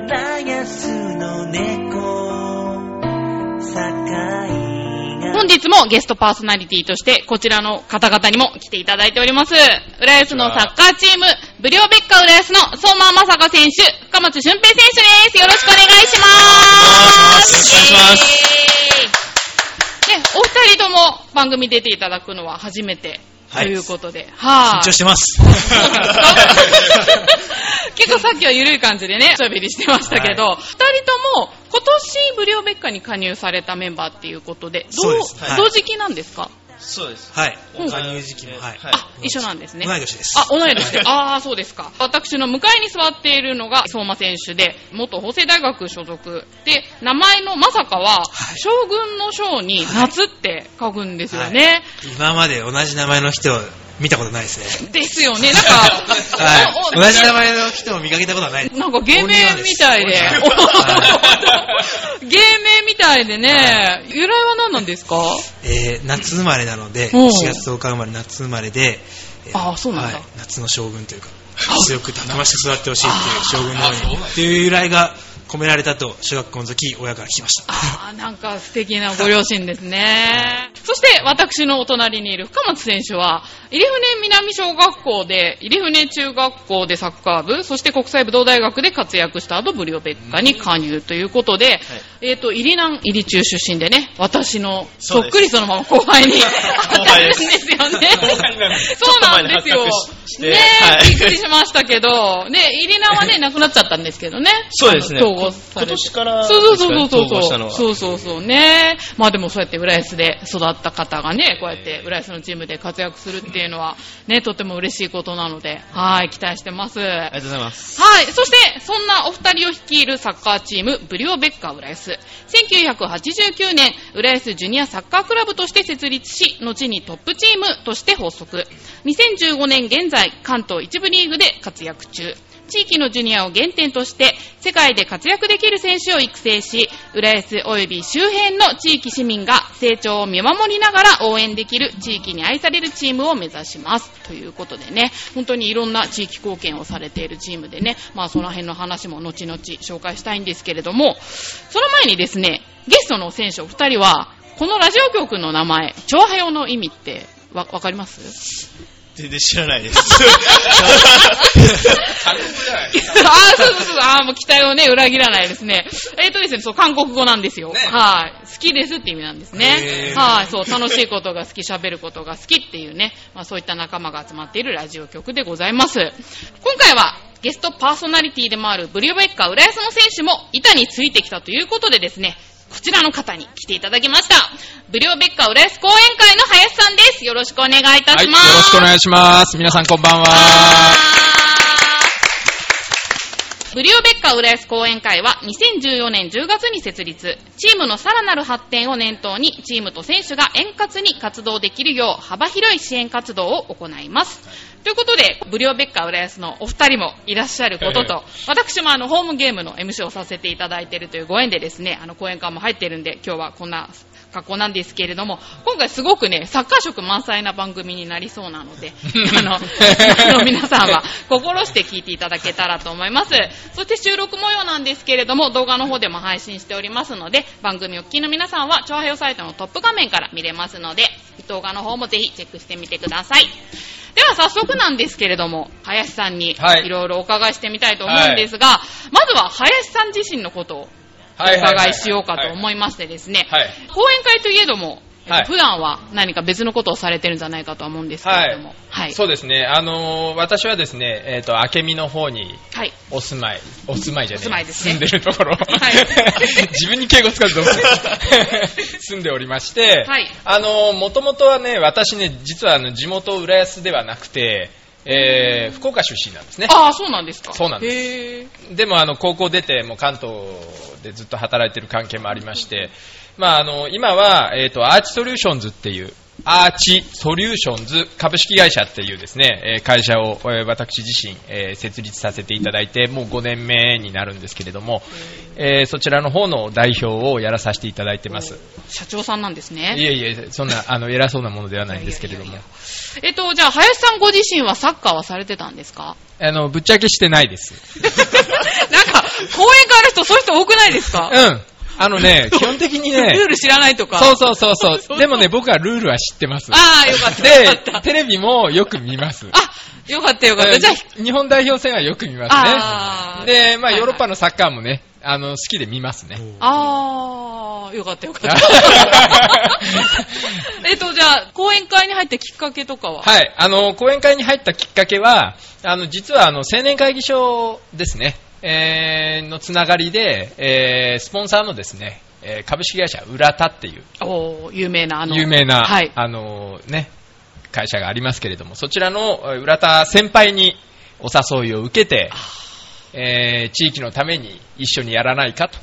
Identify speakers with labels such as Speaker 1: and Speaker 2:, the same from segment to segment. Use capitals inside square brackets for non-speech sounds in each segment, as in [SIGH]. Speaker 1: ラスの猫堺が
Speaker 2: 本日もゲストパーソナリティとして、こちらの方々にも来ていただいております。浦安のサッカーチーム、ブリオベッカ浦安の相馬正香選手、深松俊平選手です。よろしくお願いします。
Speaker 3: よろしくお願いしま
Speaker 2: イ
Speaker 3: す
Speaker 2: エーイ。ね、お二人とも番組出ていただくのは初めてと
Speaker 3: はい
Speaker 2: いうことで、は
Speaker 3: 緊張してます。
Speaker 2: そうなんですか [LAUGHS] 結構さっきは緩い感じでね、おしゃべりしてましたけど、二、人とも今年ブリオベッカに加入されたメンバーっていうことで、ど
Speaker 3: そうですはい
Speaker 2: 同時期なんですか、
Speaker 4: そうです。
Speaker 3: はい
Speaker 2: うん。
Speaker 3: 加入時期も、はい。
Speaker 4: はい
Speaker 2: あ、一緒なんですね。
Speaker 3: 同い年です
Speaker 2: あ、同い年で。ああ、そうですか。私の向かいに座っているのが相馬選手で、元法政大学所属。で、名前のまさかは、
Speaker 3: はい
Speaker 2: 将軍の将に夏って書くんですよね。
Speaker 3: 今まで同じ名前の人を見たことないですね。
Speaker 2: ですよね。なんか、
Speaker 3: [LAUGHS] は
Speaker 2: お
Speaker 3: い。同じ名前の人を見かけたことはない。
Speaker 2: なんか芸名みたいで
Speaker 3: オー。
Speaker 2: [LAUGHS] 芸名みたいでね、由来は何なんですか
Speaker 3: えー、夏生まれなので、
Speaker 2: うん
Speaker 3: 4月10日生まれ、夏生まれで、えー
Speaker 2: あーそうなんだ
Speaker 3: はい夏の将軍というか、強くたくましく育ってほしいっていう将軍なのに、っていう由来が込められたと、小学校の時、親から聞きました。
Speaker 2: あーなんか素敵なご両親ですね。そして私のお隣にいる深松選手は、入船南小学校で、入船中学校でサッカー部、そして国際武道大学で活躍した後、ブリオベッカに加入ということで、えっ、と、入南、入中出身でね、私のそっくりそのまま後輩に [LAUGHS] 当たるんですよね。
Speaker 4: 後輩なんです
Speaker 2: そうなんです
Speaker 4: ちょっと前
Speaker 2: よ
Speaker 4: に発覚し。て
Speaker 2: ね
Speaker 4: はい
Speaker 2: びっくりしましたけど、ね、入り名
Speaker 4: [LAUGHS]
Speaker 2: はね、なくなっちゃったんですけどね。
Speaker 4: そうですね
Speaker 2: あの統合さ
Speaker 4: 今
Speaker 2: れて
Speaker 4: 年から
Speaker 2: そうそうそうそう
Speaker 4: 統合し
Speaker 2: そ
Speaker 4: たの
Speaker 2: う。
Speaker 4: は
Speaker 2: そうそうそうね。まあでもそうやって浦安で育った方がね、こうやって浦安のチームで活躍するっていうのは、ね、とても嬉しいことなので、はい、期待してます。
Speaker 4: ありがとうございます。
Speaker 2: はい。そして、そんなお二人を率いるサッカーチーム、ブリオベッカ浦安。1989年、浦安ジュニアサッカークラブとして設立し、後にトップチームとして発足。2015年現在、関東一部リーグで活躍中。地域のジュニアを原点として、世界で活躍できる選手を育成し、浦安及び周辺の地域市民が成長を見守りながら応援できる地域に愛されるチームを目指します。ということでね、本当にいろんな地域貢献をされているチームでね、まあその辺の話も後々紹介したいんですけれども、その前にですね、ゲストの選手お二人は、このラジオ局の名前、長波用の意味ってわ、わかります
Speaker 4: 全然知らないです。
Speaker 2: [LAUGHS] あー、そうそうそう。あー、もう期待をね、裏切らないですね。えっ、とですね、そう、韓国語なんですよ。はい。好きですって意味なんですね
Speaker 3: へ。ー
Speaker 2: はい、そう、楽しいことが好き、喋ることが好きっていうね、まあそういった仲間が集まっているラジオ局でございます。今回は、ゲストパーソナリティでもあるブリオベッカ浦安の選手も板についてきたということでですね、こちらの方に来ていただきました。ブリオベッカ浦安講演会の林さんです。よろしくお願いいた
Speaker 5: はい、
Speaker 2: し
Speaker 5: よ
Speaker 2: ま
Speaker 5: ろし
Speaker 2: す。
Speaker 5: くお願いします。皆さんこんばんは。
Speaker 2: ブリオベッカ浦安講演会は2014年10月に設立チームのさらなる発展を念頭にチームと選手が円滑に活動できるよう幅広い支援活動を行いますということでブリオベッカ浦安のお二人もいらっしゃることと、私もあのホームゲームの MC をさせていただいているというご縁でですねあの講演会も入ってるんで今日はこんな格好なんですけれども今回すごくねサッカー色満載な番組になりそうなのであのあの皆さんは心して聞いていただけたらと思いますそして収録模様なんですけれども動画の方でも配信しておりますので番組お聞きの皆さんは長平サイトのトップ画面から見れますので動画の方もぜひチェックしてみてくださいでは早速なんですけれども林さんに
Speaker 5: はい
Speaker 2: いろいろお伺いしてみたいと思うんですが、まずは林さん自身のことをお
Speaker 5: はいはいはい
Speaker 2: 伺いしようかと思いましてですね、
Speaker 5: はい
Speaker 2: 講演会といえども、
Speaker 5: はい
Speaker 2: えっと普段は何か別のことをされてるんじゃないかとは思うんですけれども、はい。
Speaker 5: そうですね。あのー私はですね、えっ、と、明美の方に
Speaker 2: はい。
Speaker 5: お住まい、お住まいじゃねえ
Speaker 2: お住まいですね
Speaker 5: 住んでるところ。
Speaker 2: い
Speaker 5: [LAUGHS] 自分に敬語使う
Speaker 2: [LAUGHS]
Speaker 5: とどうする住んでおりまして、
Speaker 2: はい
Speaker 5: あのー、もともとはね、私ね、実はあの地元浦安ではなくて、えー福岡出身なんですね。
Speaker 2: ああ、そうなんですか。
Speaker 5: そうなんです
Speaker 2: へー
Speaker 5: でもあの高校出てもう関東でずっと働いてる関係もありまして、まあ、あの今は、えー、とアーチソリューションズっていうアーチソリューションズ株式会社っていうですね、えー会社を、えー私自身、えー設立させていただいてもう5年目になるんですけれども、えーそちらの方の代表をやらさせていただいてます。
Speaker 2: 社長さんなんです
Speaker 5: い
Speaker 2: ね。
Speaker 5: えいえ、そんなあの偉そうなものではないんですけれど
Speaker 2: い
Speaker 5: も
Speaker 2: やいやいやい、えっと、じゃあ、林さんご自身はサッカーはされてたんですか [LAUGHS]
Speaker 5: あのぶっちゃけしてないです。
Speaker 2: なんか、会ある人、そういう人多くないですか
Speaker 6: うん。あの
Speaker 2: [LAUGHS]
Speaker 6: ね、基本的にね
Speaker 2: ル、ール知らないとか。
Speaker 6: そうそうそう
Speaker 2: [LAUGHS]
Speaker 6: そう。でもね、僕はルールは知ってます。
Speaker 2: ああ、よかった。よかった
Speaker 6: で、。テレビもよく見ます。
Speaker 2: あ、よかったよかった。じゃあ、
Speaker 6: 日本代表戦はよく見ま
Speaker 2: あ
Speaker 6: す
Speaker 2: ー
Speaker 6: ね。で、ま
Speaker 2: はいは
Speaker 6: あ
Speaker 2: い
Speaker 6: ヨーロッパのサッカーもね、あの、好きで見ますね。
Speaker 2: あー、よかったよか
Speaker 5: [LAUGHS]
Speaker 2: った。えっと、じゃあ、講演会に入ったきっかけとかは
Speaker 6: はい。あの、講演会に入ったきっかけは、あの、実は、あの、青年会議所ですね、えーのつながりで、えースポンサーのですね、えー株式会社、浦田っていう、
Speaker 2: おー有名な、あの。
Speaker 6: 有名な、
Speaker 2: はい。
Speaker 6: あの、ね、会社がありますけれども、そちらの、えー浦田先輩にお誘いを受けて、えー地域のために一緒にやらないかと。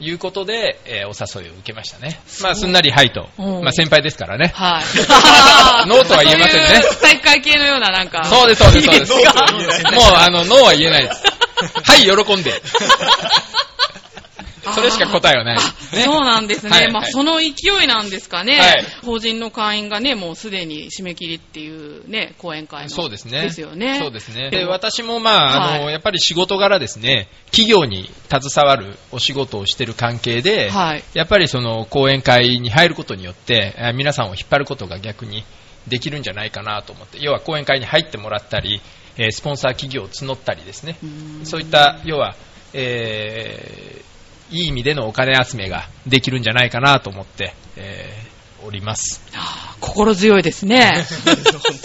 Speaker 6: いうことで、えーお誘いを受けましたね。まあ、すんなりはいと。
Speaker 2: うん
Speaker 6: まあ、先輩ですからね。
Speaker 2: はい。
Speaker 6: [LAUGHS] ノーとは言えませんね
Speaker 2: そういう体育会系のような、なんか。
Speaker 6: そうです、そうです、そうです。も
Speaker 2: ノーとは言え
Speaker 6: う
Speaker 2: ない、
Speaker 6: あの、ノーは言えない
Speaker 2: [LAUGHS]
Speaker 6: です。はい、喜んで。それしか答えはないですね。
Speaker 2: そうなんですね。
Speaker 6: はい
Speaker 2: まあ、
Speaker 6: はい
Speaker 2: その勢いなんですかね。
Speaker 6: はい
Speaker 2: 法人の会員がね、もうすでに締め切りっていうね、講演会の。
Speaker 6: そうですね。
Speaker 2: ですよね。
Speaker 6: そうですね。
Speaker 2: で
Speaker 6: で、私もまあ、あの、
Speaker 2: はい
Speaker 6: やっぱり仕事柄ですね、企業に携わるお仕事をしてる関係で、
Speaker 2: はい。
Speaker 6: やっぱりその講演会に入ることによって、えー皆さんを引っ張ることが逆にできるんじゃないかなと思って、要は講演会に入ってもらったり、えースポンサー企業を募ったりですね
Speaker 2: う、ーん
Speaker 6: そういった、要は、えーいい意味でのお金集めができるんじゃないかなと思って、えーおります。
Speaker 2: [LAUGHS] あー心強いです
Speaker 6: [LAUGHS]
Speaker 2: ね。本当に。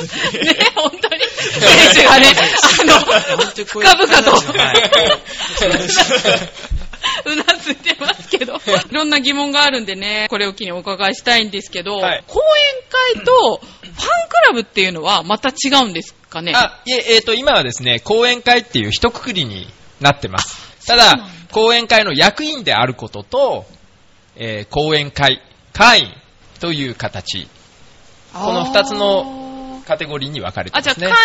Speaker 2: ね、本当に。選手がね、あの、深々と。 [LAUGHS] うなずいてます
Speaker 6: [LAUGHS]
Speaker 2: けど、いろんな疑問があるんでね、これを機にお伺いしたいんですけど、
Speaker 6: はい
Speaker 2: 講演会とファンクラブっていうのはまた違うんですかね
Speaker 6: あ、いえ、えっ、と、今はですね、講演会っていう一括りになってます。ただ、講演会の役員であることと、えー講演会、会員という形、この二つのカテゴリーに分かれて
Speaker 2: あ、
Speaker 6: ま
Speaker 2: じゃあ
Speaker 6: す
Speaker 2: 会員
Speaker 6: ね。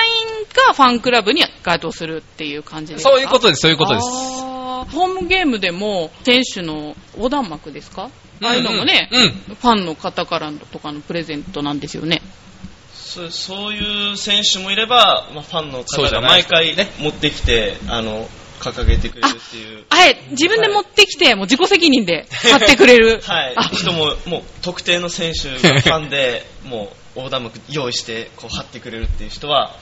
Speaker 2: がファンクラブに該当するっていう感じですか
Speaker 6: そういうこと
Speaker 2: で
Speaker 6: です、そういうことです。
Speaker 2: ホームゲームでも、選手の横断幕ですかああいうのもね、
Speaker 6: うんうん。
Speaker 2: ファンの方からのとかのプレゼントなんですよね。
Speaker 7: そうそういう選手もいれば、まあ、ファンの
Speaker 6: そう
Speaker 7: 方
Speaker 6: じゃ
Speaker 7: が
Speaker 6: ない
Speaker 7: 毎
Speaker 6: 人も
Speaker 7: 回
Speaker 6: ね
Speaker 7: 持ってきて、あの、掲げてくれるっていう。
Speaker 2: あえ、自分で持ってきて、もう自己責任で買ってくれる。
Speaker 7: はい
Speaker 2: あ、
Speaker 7: 人も、もう特定の選手
Speaker 6: [LAUGHS]
Speaker 7: がファンで、もう横断幕用意して、こう貼ってくれるっていう人は、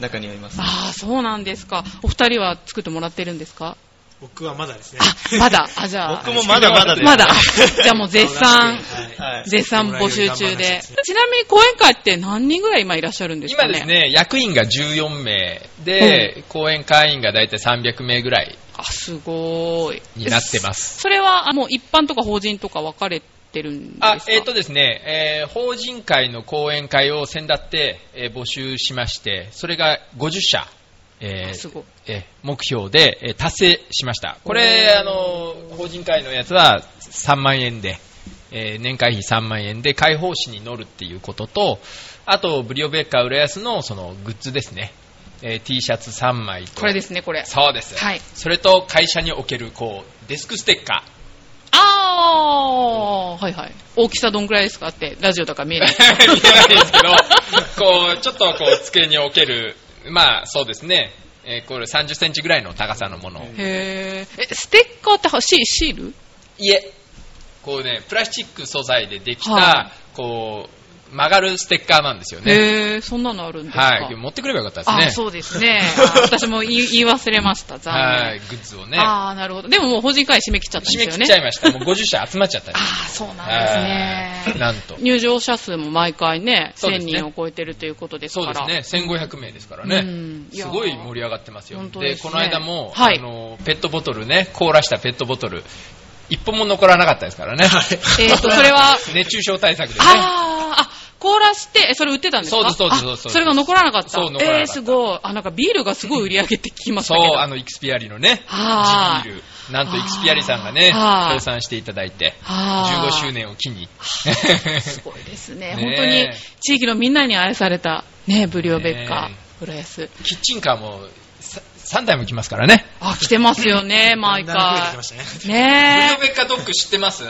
Speaker 7: 中にはいます。
Speaker 2: ああ、そうなんですか。お二人は作ってもらってるんですか
Speaker 3: 僕はまだですね。
Speaker 2: あ、まだ。あ、じゃあ。
Speaker 7: 僕もまだまだです。
Speaker 2: まだ。 [LAUGHS] じゃあもう絶賛、
Speaker 7: はい。
Speaker 2: 絶賛募集中で。ちなみに講演会って何人ぐらい今いらっしゃるんですか
Speaker 6: 今
Speaker 2: ね
Speaker 6: です。ね、役員が14名で、講演会員が大体300名ぐらい
Speaker 2: あ、すごーい。
Speaker 6: になってます。
Speaker 2: それは、あもう一般とか法人とか分かれてるんですか
Speaker 6: あ、えっ、とですね、えー法人会の講演会を先だって、えー募集しまして、それが50社、えー
Speaker 2: あすごい
Speaker 6: えー目標で、えー達成しました。こ
Speaker 2: お
Speaker 6: れ、
Speaker 2: ー
Speaker 6: あの、法人会のやつは3万円で、えー年会費3万円で開放誌に乗るっていうことと、あと、ブリオベッカ浦安のそのグッズですね、えー T シャツ3枚と、
Speaker 2: これですね、これ。
Speaker 6: そうです。
Speaker 2: はい
Speaker 6: それと、会社における、こう、デスクステッカー。
Speaker 2: あー、はいはい。大きさどんくらいですかって、ラジオとか見
Speaker 6: [LAUGHS]
Speaker 2: えない。
Speaker 6: 見えないですけど、こう、ちょっとこう、机に置ける、まあ、そうですね、えーこれ30センチぐらいの高さのものを。
Speaker 2: へー。え、ステッカーってはシシール
Speaker 6: いえ、こうね、プラスチック素材でできた、
Speaker 2: は
Speaker 6: こう、曲がるステッカーなんですよね。
Speaker 2: へー、そんなのあるんですか
Speaker 6: はい、持ってくればよかったですね。
Speaker 2: あ、そうですね。あ私も言い言い忘れま
Speaker 6: [LAUGHS]
Speaker 2: した、残念。
Speaker 6: はい、グッズをね、
Speaker 2: ああ、なるほど。でももう法人会締め切っちゃったん
Speaker 6: 締
Speaker 2: で
Speaker 6: め
Speaker 2: すよ
Speaker 6: 切
Speaker 2: ね。
Speaker 6: っちゃいました。もう50社集まっちゃったんです
Speaker 2: ああ、そうなんですね。
Speaker 6: はいなんと
Speaker 2: 入場者数も毎回ね、
Speaker 6: そうで
Speaker 2: 1000
Speaker 6: すね
Speaker 2: 人を超えてるということです
Speaker 6: [LAUGHS] そ
Speaker 2: か
Speaker 6: う
Speaker 2: ら。
Speaker 6: ですね、1500名ですから
Speaker 2: う
Speaker 6: ね
Speaker 2: ん、いや
Speaker 6: す
Speaker 2: ー
Speaker 6: ごい盛り上がってますよ、
Speaker 2: 本当
Speaker 6: で
Speaker 2: です
Speaker 6: こ
Speaker 2: ね
Speaker 6: の間も、
Speaker 2: はい
Speaker 6: あのペットボトルね、凍らしたペットボトル、一本も残らなかったですからね、
Speaker 2: え
Speaker 6: [LAUGHS]
Speaker 2: っと、それは、
Speaker 6: 熱中症対策でね、
Speaker 2: ああ、あ、凍らして、えそれ売ってたんですか
Speaker 6: そうですそうですそうです
Speaker 2: あそれが残らなかった。
Speaker 6: そう残らなかった
Speaker 2: えー、すごい。あ、なんかビールがすごい売り上げって聞きました
Speaker 6: そう
Speaker 2: けど。、
Speaker 6: あのイクスピアリのね、
Speaker 2: は
Speaker 6: 地
Speaker 2: い
Speaker 6: ビール、なんとイクスピアリさんがね、
Speaker 2: はい
Speaker 6: 協賛していただいて、
Speaker 2: は
Speaker 6: 15
Speaker 2: い
Speaker 6: 周年を
Speaker 8: [LAUGHS]
Speaker 6: 機に。
Speaker 2: すごいですね。
Speaker 6: ね
Speaker 2: 本当に地域のみんなに愛された、ね、ブリオベッカ
Speaker 6: ね、
Speaker 2: 浦安。
Speaker 6: キッチンカーもさ3台も来ますからね。
Speaker 2: あ、来てますよね、毎
Speaker 3: 毎回。
Speaker 2: 回
Speaker 3: ま。したね
Speaker 6: ブリ
Speaker 2: ね
Speaker 6: オ
Speaker 2: え。
Speaker 6: ベッカドッグ知ってます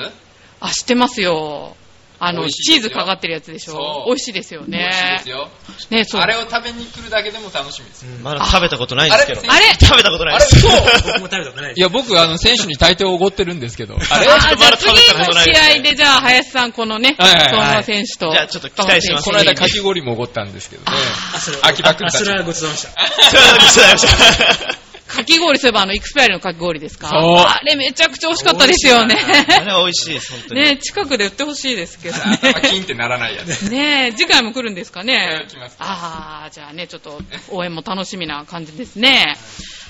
Speaker 2: あ、知ってますよ。あの、
Speaker 6: 美味し
Speaker 2: チ
Speaker 6: い
Speaker 2: ー
Speaker 6: です
Speaker 2: ズ
Speaker 6: よ
Speaker 2: かかってるやつでし
Speaker 6: そ
Speaker 2: ょ
Speaker 6: う。
Speaker 2: 美味しいですよ
Speaker 6: 美
Speaker 2: ね
Speaker 6: 味しい。ですよ。
Speaker 2: ね、そう。
Speaker 6: あれを食べに来るだけでも楽しみです。
Speaker 7: まだ食べたことないですけど。
Speaker 6: あ
Speaker 2: あれ
Speaker 7: 食べたことない
Speaker 6: あ
Speaker 7: で
Speaker 6: れ、
Speaker 7: す。
Speaker 6: 嘘
Speaker 7: [LAUGHS]
Speaker 3: 僕も食べたことない
Speaker 8: い
Speaker 3: です。
Speaker 8: や、僕、あの、選手に大抵おごってるんですけど。
Speaker 6: あ
Speaker 2: [LAUGHS]
Speaker 6: れ
Speaker 2: あじゃ
Speaker 7: ま
Speaker 2: あ
Speaker 7: だ
Speaker 2: 次
Speaker 7: 食べたこと
Speaker 2: の
Speaker 7: ないですね
Speaker 2: 試合で、じゃあ、林さん、このね、
Speaker 8: はいはい
Speaker 2: 相
Speaker 8: は
Speaker 2: 馬
Speaker 8: い
Speaker 2: 選手と。
Speaker 7: じゃあちょっと期待してます
Speaker 8: この間、かき氷もおごったんですけどね。
Speaker 3: あ、それ
Speaker 6: 秋葉君
Speaker 3: あ
Speaker 6: たち
Speaker 3: それはごちそうさまでし
Speaker 7: それは見せない見
Speaker 6: [LAUGHS]
Speaker 7: せない
Speaker 2: かき氷、そういえば、あの、イクスパイルのかき氷ですか
Speaker 8: そう
Speaker 2: あれ、めちゃくちゃ美味しかったですよね。
Speaker 7: あれは美味しいです、本当に。
Speaker 2: ね、近くで売ってほしいですけど
Speaker 6: [LAUGHS] 頭キ
Speaker 2: ね。
Speaker 6: ンってならないやつ。
Speaker 2: ね次回も来るんですかね
Speaker 6: え。来ます
Speaker 2: ああ、じゃあね、ちょっと応援も楽しみな感じですね。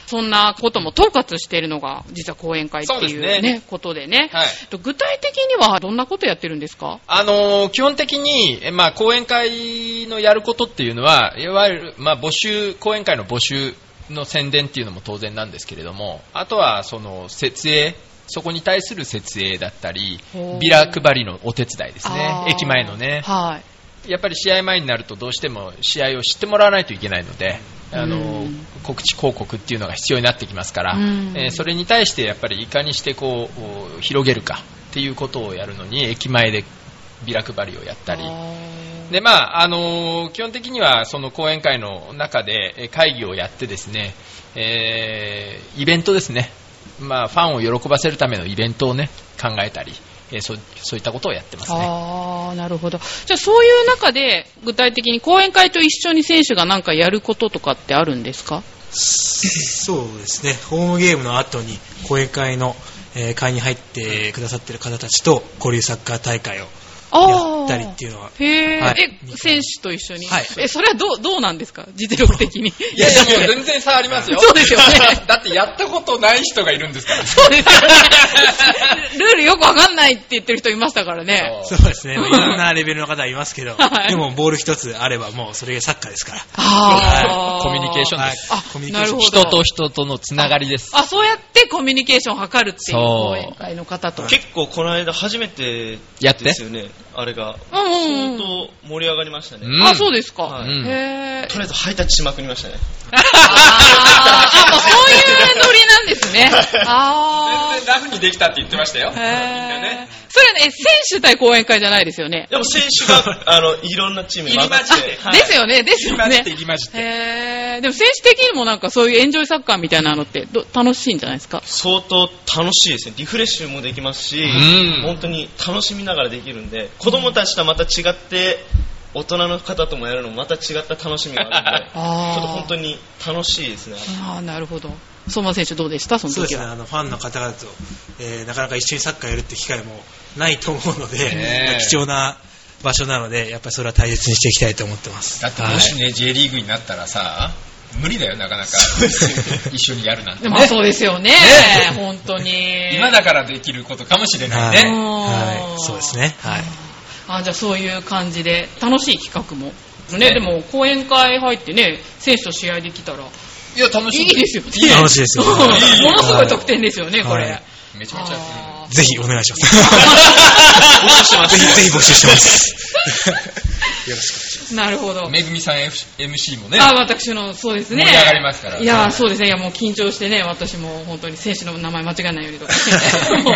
Speaker 2: そんなことも統括しているのが、実は講演会って
Speaker 6: そうで
Speaker 2: い
Speaker 6: す
Speaker 2: う
Speaker 6: ね
Speaker 2: ね、ことでね、
Speaker 6: はい
Speaker 2: と具体的にはどんなことやってるんですか
Speaker 6: あのー基本的に、えまあ、講演会のやることっていうのは、いわゆる、まあ、募集、講演会の募集の宣伝っていうのも当然なんですけれども、あとは、その、設営、そこに対する設営だったり
Speaker 2: ほう、
Speaker 6: ビラ配りのお手伝いですね
Speaker 2: あ。ー
Speaker 6: 駅前のね。
Speaker 2: はい。
Speaker 6: やっぱり試合前になるとどうしても試合を知ってもらわないといけないので、あの
Speaker 2: うん
Speaker 6: 告知広告っていうのが必要になってきますから、
Speaker 2: うん
Speaker 6: えーそれに対してやっぱりいかにしてこうお広げるかっていうことをやるのに駅前でビラ配りをやったり
Speaker 2: あ。ー
Speaker 6: でまああの基本的にはその講演会の中でえー会議をやってですね、えーイベントですね、まあ、ファンを喜ばせるためのイベントを、ね、考えたり、えーそうそういったことをやってますね。
Speaker 2: あーなるほど。じゃあそういう中で、具体的に講演会と一緒に選手がなんかやることとかってあるんですか
Speaker 3: た。そうですね。ホームゲームの後に、講演会の、えー会に入ってくださってる方たちと交流サッカー大会をやったりっていうのは。
Speaker 2: へえ、
Speaker 3: はい
Speaker 2: え、選手と一緒に。
Speaker 3: はい
Speaker 2: え、それはどう、どうなんですか実力的に。
Speaker 6: いやいや、もう全然差ありますよ。
Speaker 2: そうですよね
Speaker 6: [LAUGHS] だってやったことない人がいるんですから。
Speaker 2: そうですよ [LAUGHS] ね。ルールよくわかんないって言ってる人いましたからね。
Speaker 6: そう
Speaker 3: そうですね。ま
Speaker 2: [LAUGHS]
Speaker 3: あいろんなレベルの方いますけど、
Speaker 2: はい
Speaker 3: でもボール一つあればもうそれがサッカーですから。
Speaker 2: ああ。
Speaker 6: コミュニケーション
Speaker 3: はい
Speaker 6: です。
Speaker 2: あ
Speaker 3: コミュニケーション
Speaker 2: なるほど
Speaker 6: 人と人とのつながりです。
Speaker 2: あ、そうやってコミュニケーションを図るっていう
Speaker 6: そう
Speaker 2: 講演会の方と。
Speaker 7: 結構この間初めて
Speaker 6: やって
Speaker 7: ですよね、あれ
Speaker 2: う
Speaker 7: が。
Speaker 2: んうん
Speaker 7: 相
Speaker 2: うん。
Speaker 7: 当盛り上がりましたね。
Speaker 6: うん
Speaker 2: あ、そうですか。
Speaker 7: はい
Speaker 6: うん
Speaker 2: へえ
Speaker 7: と。りあえずハイタッチしまくりましたね。
Speaker 2: あーあ、もうそういうノリなんですね。あ
Speaker 6: 全然ラフにできたって言ってました
Speaker 2: あ。
Speaker 6: よ。みんな
Speaker 2: へえ
Speaker 6: ね。。
Speaker 2: それね、選手対講演会じゃないですよね。
Speaker 7: でも選手が、あの、いろんなチームに混ざっ
Speaker 6: 入り混じって
Speaker 7: て。
Speaker 2: ですよね、ですよ
Speaker 6: 入り混じ
Speaker 2: ね
Speaker 6: って。入り混じって。
Speaker 2: へえ。でも選手的にもなんかそういうエンジョイサッカーみたいなのってど楽しいんじゃないですか、
Speaker 7: 相当楽しいですね。リフレッシュもできますし、
Speaker 6: うん
Speaker 7: 本当に楽しみながらできるんで、子供たちとはまた違って、大人の方ともやるのもまた違った楽しみがあるんで
Speaker 2: あー
Speaker 7: ちょっと本当に楽しいですね。
Speaker 2: ああ、なるほど。相馬選手どうでしたその
Speaker 3: そうです
Speaker 2: 時
Speaker 3: ね、
Speaker 2: は。
Speaker 3: あのファンの方々と、えーなかなか一緒にサッカーやるって機会もないと思うの
Speaker 6: ね
Speaker 3: で
Speaker 6: え、
Speaker 3: 貴重な場所なので、やっぱりそれは大切にしていきたいと思ってます。
Speaker 8: だって、もしね、J リーグになったらさ、無理だよ、なかなか。一緒にやるなんて
Speaker 2: で。まあそうですよね。
Speaker 8: ね
Speaker 2: 本当に。
Speaker 8: 今だからできることかもしれない
Speaker 3: はい、
Speaker 8: ね。
Speaker 2: あー
Speaker 3: はい、そうですね。はい。
Speaker 2: あーじゃあそういう感じで、楽しい企画も。ね、
Speaker 8: ね
Speaker 2: でも講演会入ってね、選手と試合できたら、
Speaker 8: いや、楽
Speaker 2: い
Speaker 8: し
Speaker 2: い
Speaker 8: み。
Speaker 2: ですよね。
Speaker 3: 楽しいですよ
Speaker 2: うん [LAUGHS] ものすご
Speaker 3: はいい
Speaker 2: 得点ですよね、こ
Speaker 3: は
Speaker 2: れ
Speaker 3: い。
Speaker 8: めちゃめちゃ。
Speaker 2: あー
Speaker 3: ぜひお願
Speaker 2: [LAUGHS]
Speaker 3: いします。募集してます。ぜひ、ぜひ募集してます。よろしくお願いし
Speaker 2: なるほど。
Speaker 8: めぐみさん MC もね。
Speaker 2: あ、私の、そうですね。
Speaker 8: 盛り上がりますから
Speaker 2: いやー、そうですね。いや、もう緊張してね、私も本当に選手の名前間違えないようにとか [LAUGHS] ねもう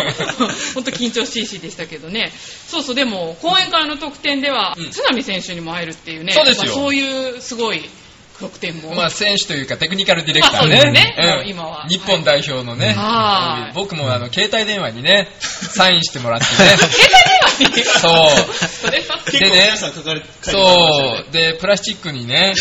Speaker 2: 本当緊張しいしでしたけどね。そうそう、でも、講演会の得点では、
Speaker 8: うん
Speaker 2: 津波選手にも会えるっていうね。
Speaker 8: そうですよ
Speaker 2: まあそういう、すごい、得点も。
Speaker 8: まあ、選手というかテクニカルディレクター
Speaker 2: まあそうです
Speaker 8: ね。
Speaker 2: ね
Speaker 8: うん
Speaker 2: もう今は
Speaker 8: 日本代表のね
Speaker 2: は。い
Speaker 8: 僕もあの、携帯電話にね、サインしてもらって
Speaker 2: [LAUGHS] 携帯電話
Speaker 8: そ
Speaker 2: に
Speaker 8: う
Speaker 2: [LAUGHS] それは
Speaker 7: 結構
Speaker 8: でね
Speaker 7: 皆さん書かれ、書いてありましたよ
Speaker 8: ね。そう。で、プラスチックにね、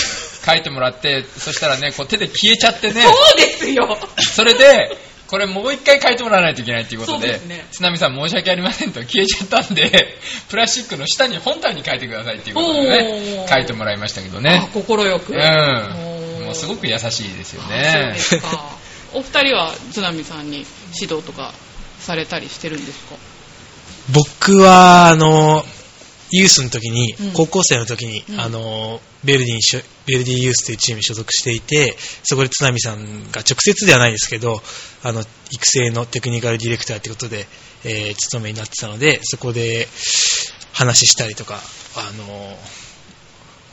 Speaker 8: 書いてもらって、そしたらね、こう手で消えちゃってね。
Speaker 2: そうですよ。
Speaker 8: それで、これもう一回書いてもらわないといけないということ
Speaker 2: そうで
Speaker 8: で、
Speaker 2: すね
Speaker 8: 津波さん申し訳ありませんと消えちゃったんで、プラスチックの下に本体に書いてくださいっていうことで
Speaker 2: お
Speaker 8: ね
Speaker 2: ー、
Speaker 8: 書いてもらいましたけど
Speaker 2: あ
Speaker 8: ね。
Speaker 2: 心よく。お
Speaker 8: う
Speaker 2: ー
Speaker 8: ん。もうすごく優しいですよ
Speaker 2: そう
Speaker 8: ね
Speaker 2: で。すか。お二人は津波さんに指導とかされたりしてるんですか
Speaker 3: ます。僕は、あの、ユースの時に
Speaker 2: うん、
Speaker 3: 高校生の時に
Speaker 2: う、ん
Speaker 3: あの、ベルディにしょ、ベルディユースというチームに所属していて、そこで津波さんが直接ではないですけど、あの、育成のテクニカルディレクターということで、えー、勤めになってたので、そこで話したりとか、あの、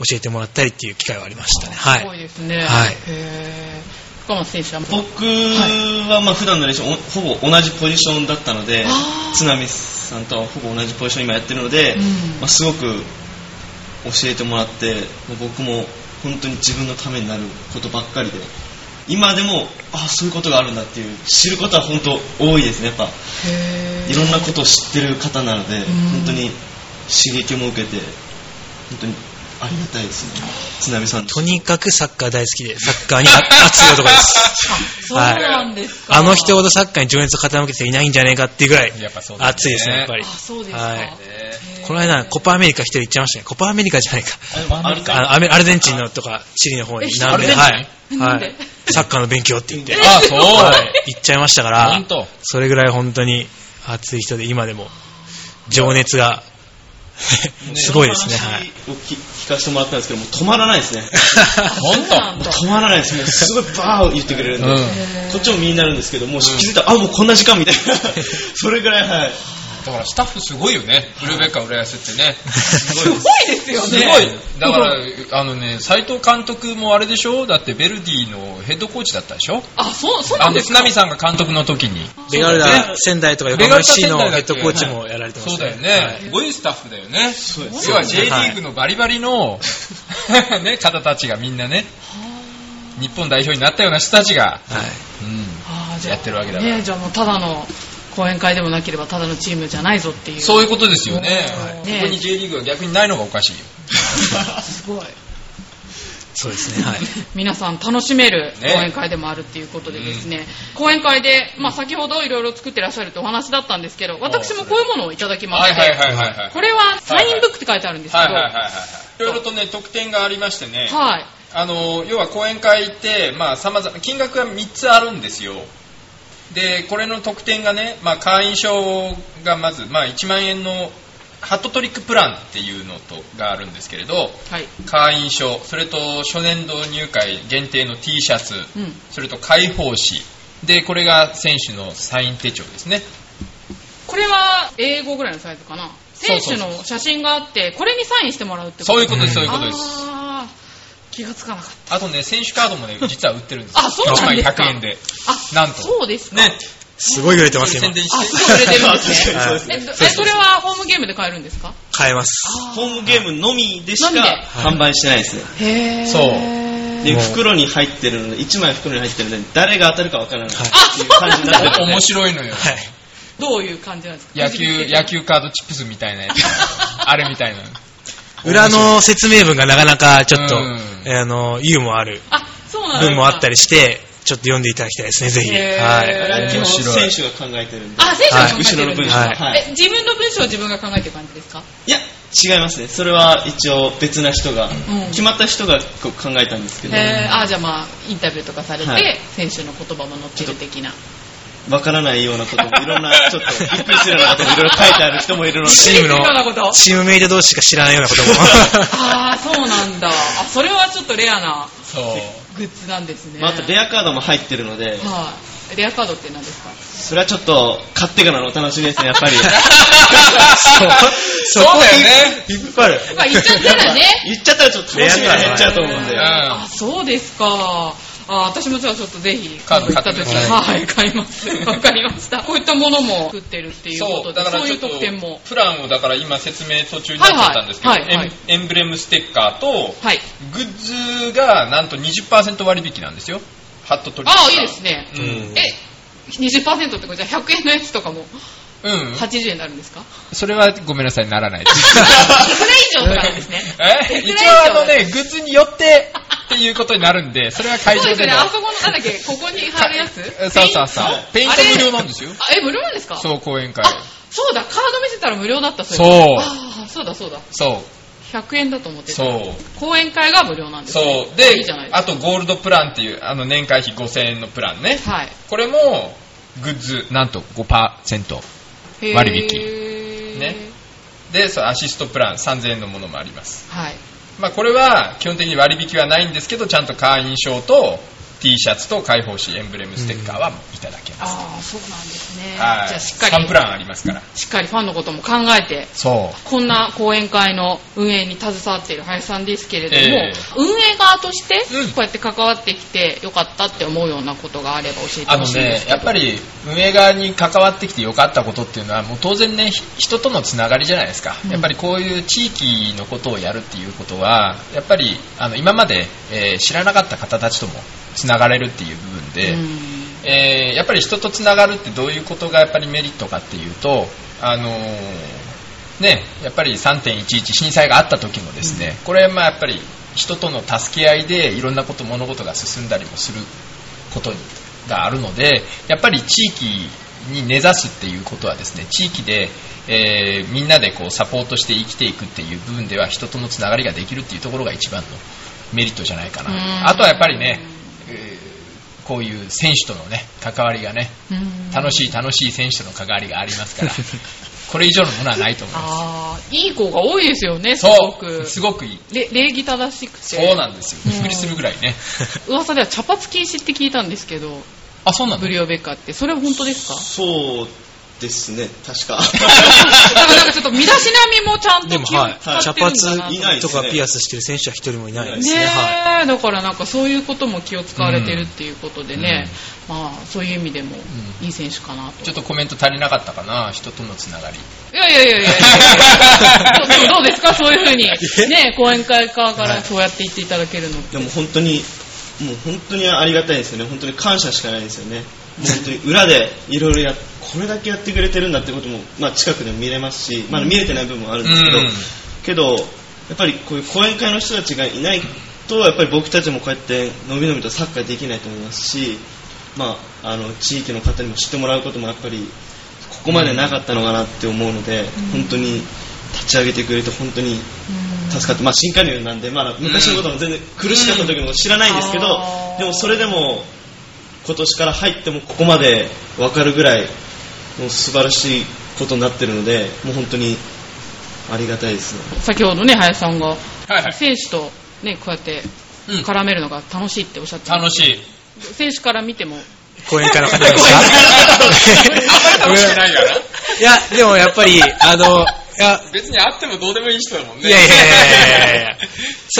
Speaker 3: 教えてもらったりっていう機会はありましたね。は
Speaker 2: すごい
Speaker 3: い。
Speaker 2: ですね。
Speaker 3: はい
Speaker 2: へ深松選手は
Speaker 7: 僕はまあ普段の練習おほぼ同じポジションだったので
Speaker 2: あー
Speaker 7: 津波さんとはほぼ同じポジション今やってるので、
Speaker 2: うん
Speaker 7: まあ、すごく教えてもらってもう僕も本当に自分のためになることばっかりで今でもあそういうことがあるんだっていう知ることは本当多いですねやっぱ
Speaker 2: へ
Speaker 7: いろんなことを知ってる方なので、
Speaker 2: ん
Speaker 7: 本当に刺激も受けて本当にありがたいですね津波さん
Speaker 3: とにかくサッカー大好きで、サッカーにあ熱い男
Speaker 2: [LAUGHS]
Speaker 3: です。
Speaker 2: そうなんですか
Speaker 3: はい、あの人ほどサッカーに情熱を傾けていないんじゃねえかっていうぐらい
Speaker 6: やっぱそうだね
Speaker 3: 熱いですね、やっぱ
Speaker 2: あ
Speaker 3: り。
Speaker 2: そうですか、
Speaker 3: はい
Speaker 6: え
Speaker 3: この間、コパアメリカ一人行っちゃいましたね。コパアメリカじゃないか。
Speaker 7: ある
Speaker 3: あのアメアルゼンチンのとか、チリの方に
Speaker 2: え、
Speaker 3: 南米で、
Speaker 2: ア
Speaker 3: は
Speaker 2: ルゼン
Speaker 3: い
Speaker 2: チ。ンな
Speaker 3: は
Speaker 2: んで
Speaker 3: い。サッカーの勉強って言って、
Speaker 9: あ、そう。
Speaker 3: はい行っちゃいましたか
Speaker 9: ほ
Speaker 3: ら
Speaker 9: ん、と。
Speaker 3: それぐらい本当に熱い人で、今でも、情熱が、すごいですね、はい。
Speaker 7: をき聞かせてもらったんですけどもう止まらな
Speaker 2: [LAUGHS]
Speaker 7: いですね
Speaker 9: ほん
Speaker 2: そうな
Speaker 9: と。
Speaker 2: んだ
Speaker 7: 止まらないですねすごいバーを言ってくれるんで、
Speaker 9: うん
Speaker 7: こっちも身になるんですけどもう気づいたら、あもうこんな時間みたいな [LAUGHS] それぐらいはい
Speaker 6: だからスタッフすごいよね。ウルベッカ浦安ってね。
Speaker 2: すごいですよね
Speaker 6: すごい。だから、あのね、斎藤監督もあれでしょだってベルディのヘッドコーチだったでしょ
Speaker 2: あそうそうな
Speaker 6: あ
Speaker 2: ん
Speaker 6: の、
Speaker 2: です
Speaker 6: 津
Speaker 2: か
Speaker 6: 波さんが監督の時に。
Speaker 3: ベガルダ仙台とか横浜 FC のヘッドコーチもやられてま
Speaker 6: そう
Speaker 3: す
Speaker 6: だよね。すごいスタッフだよね。
Speaker 7: そうです
Speaker 6: 要は J リーグのバリバリの、 [LAUGHS] ね、方たちがみんなね、日本代表になったような人たちが、
Speaker 3: はい。
Speaker 6: うん
Speaker 2: あーじゃあ
Speaker 6: やってるわけだから
Speaker 2: ねじゃあもうただの講演会でもなければただのチームじゃないぞっていう
Speaker 6: そういうことですよね。
Speaker 2: はいね
Speaker 6: ここに J リーグが逆にないのがおかしいよ。
Speaker 2: すごい
Speaker 3: そうですね、はい。
Speaker 2: 皆さん楽しめる講演会でもあるっていうことでですね講演会で、まあ、先ほどいろいろ作ってらっしゃるってお話だったんですけど私もこういうものをいただきま
Speaker 6: はい
Speaker 2: し
Speaker 6: はい
Speaker 2: て
Speaker 6: はいはいはい。
Speaker 2: これはサインブックって書いてあるんですけど
Speaker 6: はいはいはいはい。いろいろとね、特典がありましてね、
Speaker 2: はい
Speaker 6: あの、要は講演会って、まあ、様々、金額が3つあるんですよ。で、これの特典がね、まあ、会員証がまず、まあ、1万円のハットトリックプランっていうのとがあるんですけれど、
Speaker 2: はい
Speaker 6: 会員証、それと初年度入会限定の T シャツ、
Speaker 2: うん
Speaker 6: それと開放誌、で、これが選手のサイン手帳ですね。
Speaker 2: これは英語ぐらいのサイズかな
Speaker 6: そ
Speaker 2: 選
Speaker 6: うそうそう
Speaker 2: 手の写真があってこれにサインしてもらうってこと
Speaker 6: そういうことです、そう
Speaker 2: と
Speaker 6: いうことです。
Speaker 2: あー気がつかなかった
Speaker 6: あとね、選手カードもね、実は売ってるんですよ。
Speaker 2: あそうなんですか
Speaker 6: 1枚100円で。
Speaker 2: あ
Speaker 6: なんと
Speaker 2: そうですか
Speaker 6: ね、
Speaker 3: すごい売れて
Speaker 6: そ
Speaker 3: ま
Speaker 6: う
Speaker 3: す、
Speaker 6: 宣
Speaker 3: 今。
Speaker 6: 伝
Speaker 2: あ、
Speaker 6: して。
Speaker 2: すごい売れてるんですね。
Speaker 3: はい
Speaker 2: え、 [LAUGHS] どえそれはホームゲームで買えるんですか
Speaker 3: 買えます。
Speaker 7: ホームゲームのみでしか
Speaker 2: のみで
Speaker 7: 販売してないですね、
Speaker 2: へぇ
Speaker 6: そう
Speaker 7: で
Speaker 3: もう
Speaker 7: 袋に入ってるので1枚袋に入ってるので誰が当たるかわからない
Speaker 3: はい
Speaker 7: っていう感じになってるので
Speaker 6: 面白いのよ。
Speaker 3: はい。
Speaker 2: どういう感じなんですか
Speaker 6: 野球、野。球カードチップスみたいな [LAUGHS] やつ。あれみたいな。
Speaker 3: 裏の説明文がなかなかちょっと、
Speaker 6: うん
Speaker 3: えーあの、ユーモアある
Speaker 2: あ、そうなんですか
Speaker 3: 文もあったりして、ちょっと読んでいただきたいですね、ぜひ。
Speaker 2: へー
Speaker 7: あ
Speaker 3: は
Speaker 7: れ
Speaker 3: い。
Speaker 7: は基
Speaker 6: 面
Speaker 7: 本
Speaker 6: 白
Speaker 7: 選
Speaker 6: い
Speaker 7: 手が考えてるんで
Speaker 2: あ、選手が考えてるんですか
Speaker 3: はい後ろの文
Speaker 7: 章はい
Speaker 2: え、自分の文章を自分が考えてる感じですか
Speaker 7: いや違いますねそれは一応別な人が、
Speaker 2: ん
Speaker 7: 決まった人がこう考えたんですけ
Speaker 2: へ
Speaker 7: ど
Speaker 2: ぇあ、じゃあまあ、インタビューとかされて
Speaker 7: はい、
Speaker 2: 選手の言葉も載ってる的な。
Speaker 7: わからないようなこともいろんなちょっとびっくりするようなこともいろいろ書いてある人も
Speaker 2: [LAUGHS]
Speaker 7: いるので
Speaker 3: チー
Speaker 2: 適
Speaker 3: ム
Speaker 2: 当なこ
Speaker 3: の、
Speaker 2: と
Speaker 3: チームメイト同士しか知らないようなことも。
Speaker 2: あー、そうなんだ。あ、それはちょっとレアな
Speaker 6: そう。
Speaker 2: グッズなんですね。
Speaker 7: まあ、あとレ
Speaker 2: ア。
Speaker 7: アカードも入ってるので、
Speaker 2: はい。レアカードって何ですか
Speaker 7: それはちょっと買ってからのお楽しみですね、やっぱり。
Speaker 3: そ
Speaker 6: そうう
Speaker 3: [LAUGHS] そこ
Speaker 6: だよね。
Speaker 3: 引っ張る。
Speaker 2: まあ、言っちゃったらね。
Speaker 7: 言っちゃったらちょっと楽しみが減っちゃうと思うんで
Speaker 6: レア。カード
Speaker 2: あそうですか。あ私もじゃあちょっとぜひ、
Speaker 6: カード買って
Speaker 2: 行
Speaker 6: く
Speaker 2: っ
Speaker 6: だ
Speaker 2: た
Speaker 6: さ
Speaker 2: 時
Speaker 6: い
Speaker 2: はい、買います。わかりました。こういったものも作ってるっていうこ
Speaker 6: そ
Speaker 2: と
Speaker 6: う、
Speaker 2: で、
Speaker 6: だ
Speaker 2: そ
Speaker 6: か
Speaker 2: う
Speaker 6: らち
Speaker 2: い
Speaker 6: ょ
Speaker 2: う
Speaker 6: っと
Speaker 2: 特典も。
Speaker 6: プランをだから今説明途中になっちゃったんですけど、
Speaker 2: はいはいはいはい
Speaker 6: エンエンブレムステッカーと、
Speaker 2: はい。
Speaker 6: グッズがなんと20%割引なんですよ。ハットトリック
Speaker 2: ああ、いいですね。
Speaker 6: うん。
Speaker 2: え、20%ってこれじゃあ100円のやつとかも
Speaker 6: うん。
Speaker 2: 80円になるんですか
Speaker 6: それはごめんなさい、ならないです。
Speaker 2: いくら以上とかなんですね。
Speaker 6: え
Speaker 2: いく
Speaker 6: 一
Speaker 2: ら以上
Speaker 6: 応あのね、グッズによってっていうことになるんで、それは
Speaker 2: そう
Speaker 6: 会
Speaker 2: で
Speaker 6: 場
Speaker 2: す
Speaker 6: で
Speaker 2: ね。
Speaker 6: の。
Speaker 2: あそこの、なんだっけ、ここに貼るやつ
Speaker 6: えそうそうそう。ペイント無料なんですよ。
Speaker 2: あれあえ、無料なんですか
Speaker 6: そう、講演会。
Speaker 2: あ、そうだ、カード見せたら無料だった、
Speaker 6: そう
Speaker 2: いえばあーそうだ、そうだ。
Speaker 6: そ
Speaker 2: 100円だと思っ
Speaker 6: う、
Speaker 2: てた。
Speaker 6: そう、
Speaker 2: 講演会が無料なんですね
Speaker 6: そう。
Speaker 2: いいじゃない
Speaker 6: で
Speaker 2: で、す
Speaker 6: あとゴールドプランっていう、あの年会費5000円のプランね。
Speaker 2: か。はい。
Speaker 6: これも、グッズ、なんと5%。
Speaker 2: へー
Speaker 6: 割引ねで、そうアシストプラン3000円のものもあります。
Speaker 2: はい。
Speaker 6: まあこれは基本的に割引はないんですけど、ちゃんと会員証と、 T シャツと開放誌エンブレムステッカーはいただけます、
Speaker 2: ああ、そうなんですね。
Speaker 6: はい
Speaker 2: じゃあしっかり、
Speaker 6: 3プランありますから
Speaker 2: しっかりファンのことも考えて、
Speaker 6: そう
Speaker 2: こんな講演会の運営に携わっている林さんですけれども、
Speaker 6: ええ
Speaker 2: 運営側として
Speaker 6: うん
Speaker 2: こうやって関わってきてよかったって思うようなことがあれば教えて
Speaker 6: あ
Speaker 2: ほ
Speaker 6: の
Speaker 2: しいんで
Speaker 6: ね
Speaker 2: す、けど
Speaker 6: やっぱり運営側に関わってきてよかったことっていうのは、もう当然ね、ひ人とのつながりじゃないですか、
Speaker 2: うん
Speaker 6: やっぱりこういう地域のことをやるっていうことは、やっぱりあの今まで、えー知らなかった方たちともつながれるっていう部分で、
Speaker 2: うん
Speaker 6: えーやっぱり人とつながるってどういうことがやっぱりメリットかっていうと、あのーね、やっぱり3.11震災があった時もですね、これまあやっぱり人との助け合いでいろんなこと物事が進んだりもすることがあるのでやっぱり地域に根ざすっていうことはですね地域で、えーみんなでこうサポートして生きていくっていう部分では人とのつながりができるっていうところが一番のメリットじゃないか
Speaker 2: うん
Speaker 6: なあとはやっぱりね、えーこういう選手とのね関わりがね
Speaker 2: うん
Speaker 6: 楽しい楽しい選手との関わりがあります [LAUGHS] からこれ以上のものはないと思いま
Speaker 2: ああ、いい子が多いですよね、
Speaker 6: す
Speaker 2: すご
Speaker 6: そう
Speaker 2: く。
Speaker 6: すごくいい
Speaker 2: れ礼儀正しくて。
Speaker 6: そうなんですよ
Speaker 2: うん
Speaker 6: びっくりするぐら [LAUGHS] いね
Speaker 2: 噂では茶髪禁止って聞いたんですけど、
Speaker 6: あそうなんだ
Speaker 2: ブリオベッカって。それは本当ですか
Speaker 6: [LAUGHS]
Speaker 4: そうですね、確か。
Speaker 2: だからなんかちょっと身だしなみもちゃん
Speaker 3: で
Speaker 2: と
Speaker 3: も、
Speaker 2: 気を
Speaker 3: はい。
Speaker 2: 使
Speaker 3: 茶
Speaker 2: ってるんだな
Speaker 4: と
Speaker 2: と
Speaker 4: いない
Speaker 3: 髪とかピアスしてる選手は一人もいないです
Speaker 2: ね
Speaker 3: ね。はい。
Speaker 2: え、だからなんかそういうことも気を使われてるっていうことでね、まあそういう意味でもいい選手かなと。
Speaker 6: ちょっとコメント足りなかったかな人とのつながり
Speaker 2: いやいやいやいやどうどうですかそういうふうに。ねえ、講演会側からそうやって言っていただけるのって。
Speaker 4: でも本当に、もう本当にありがたいですよね。本当に感謝しかないですよね。もう本当に裏でいろいろや、これだけやってくれてるんだってことも、まあ近くでも見れますし、まだ見れてない部分もあるんですけど、
Speaker 6: うん
Speaker 4: けど、やっぱりこういう講演会の人たちがいないと、やっぱり僕たちもこうやってのびのびとサッカーできないと思いますし、まあ、あの、地域の方にも知ってもらうこともやっぱり、ここまでなかったのかなって思うので、本当に立ち上げてくれて本当に助かって、まあ、新加入なんで、まあ、昔のことも全然苦しかった時も知らないんですけど、
Speaker 2: うん
Speaker 4: でもそれでも今年から入ってもここまで分かるぐらいもう素晴らしいことになってるのでもう本当にありがたいですね
Speaker 2: 先ほどね、林さんが
Speaker 6: はいはい
Speaker 2: 選手とね、こうやって
Speaker 6: うん
Speaker 2: 絡めるのが楽しいっておっしゃってま
Speaker 6: 楽しい
Speaker 2: す選手から見ても。
Speaker 3: 講演会の方ですか [LAUGHS]
Speaker 6: あんまり楽しくないから
Speaker 3: いや、でもやっぱり、あの、いや、
Speaker 6: 別にあってもどうでもいい人だもんね。
Speaker 3: いやいやいやいや
Speaker 2: [LAUGHS]
Speaker 3: いや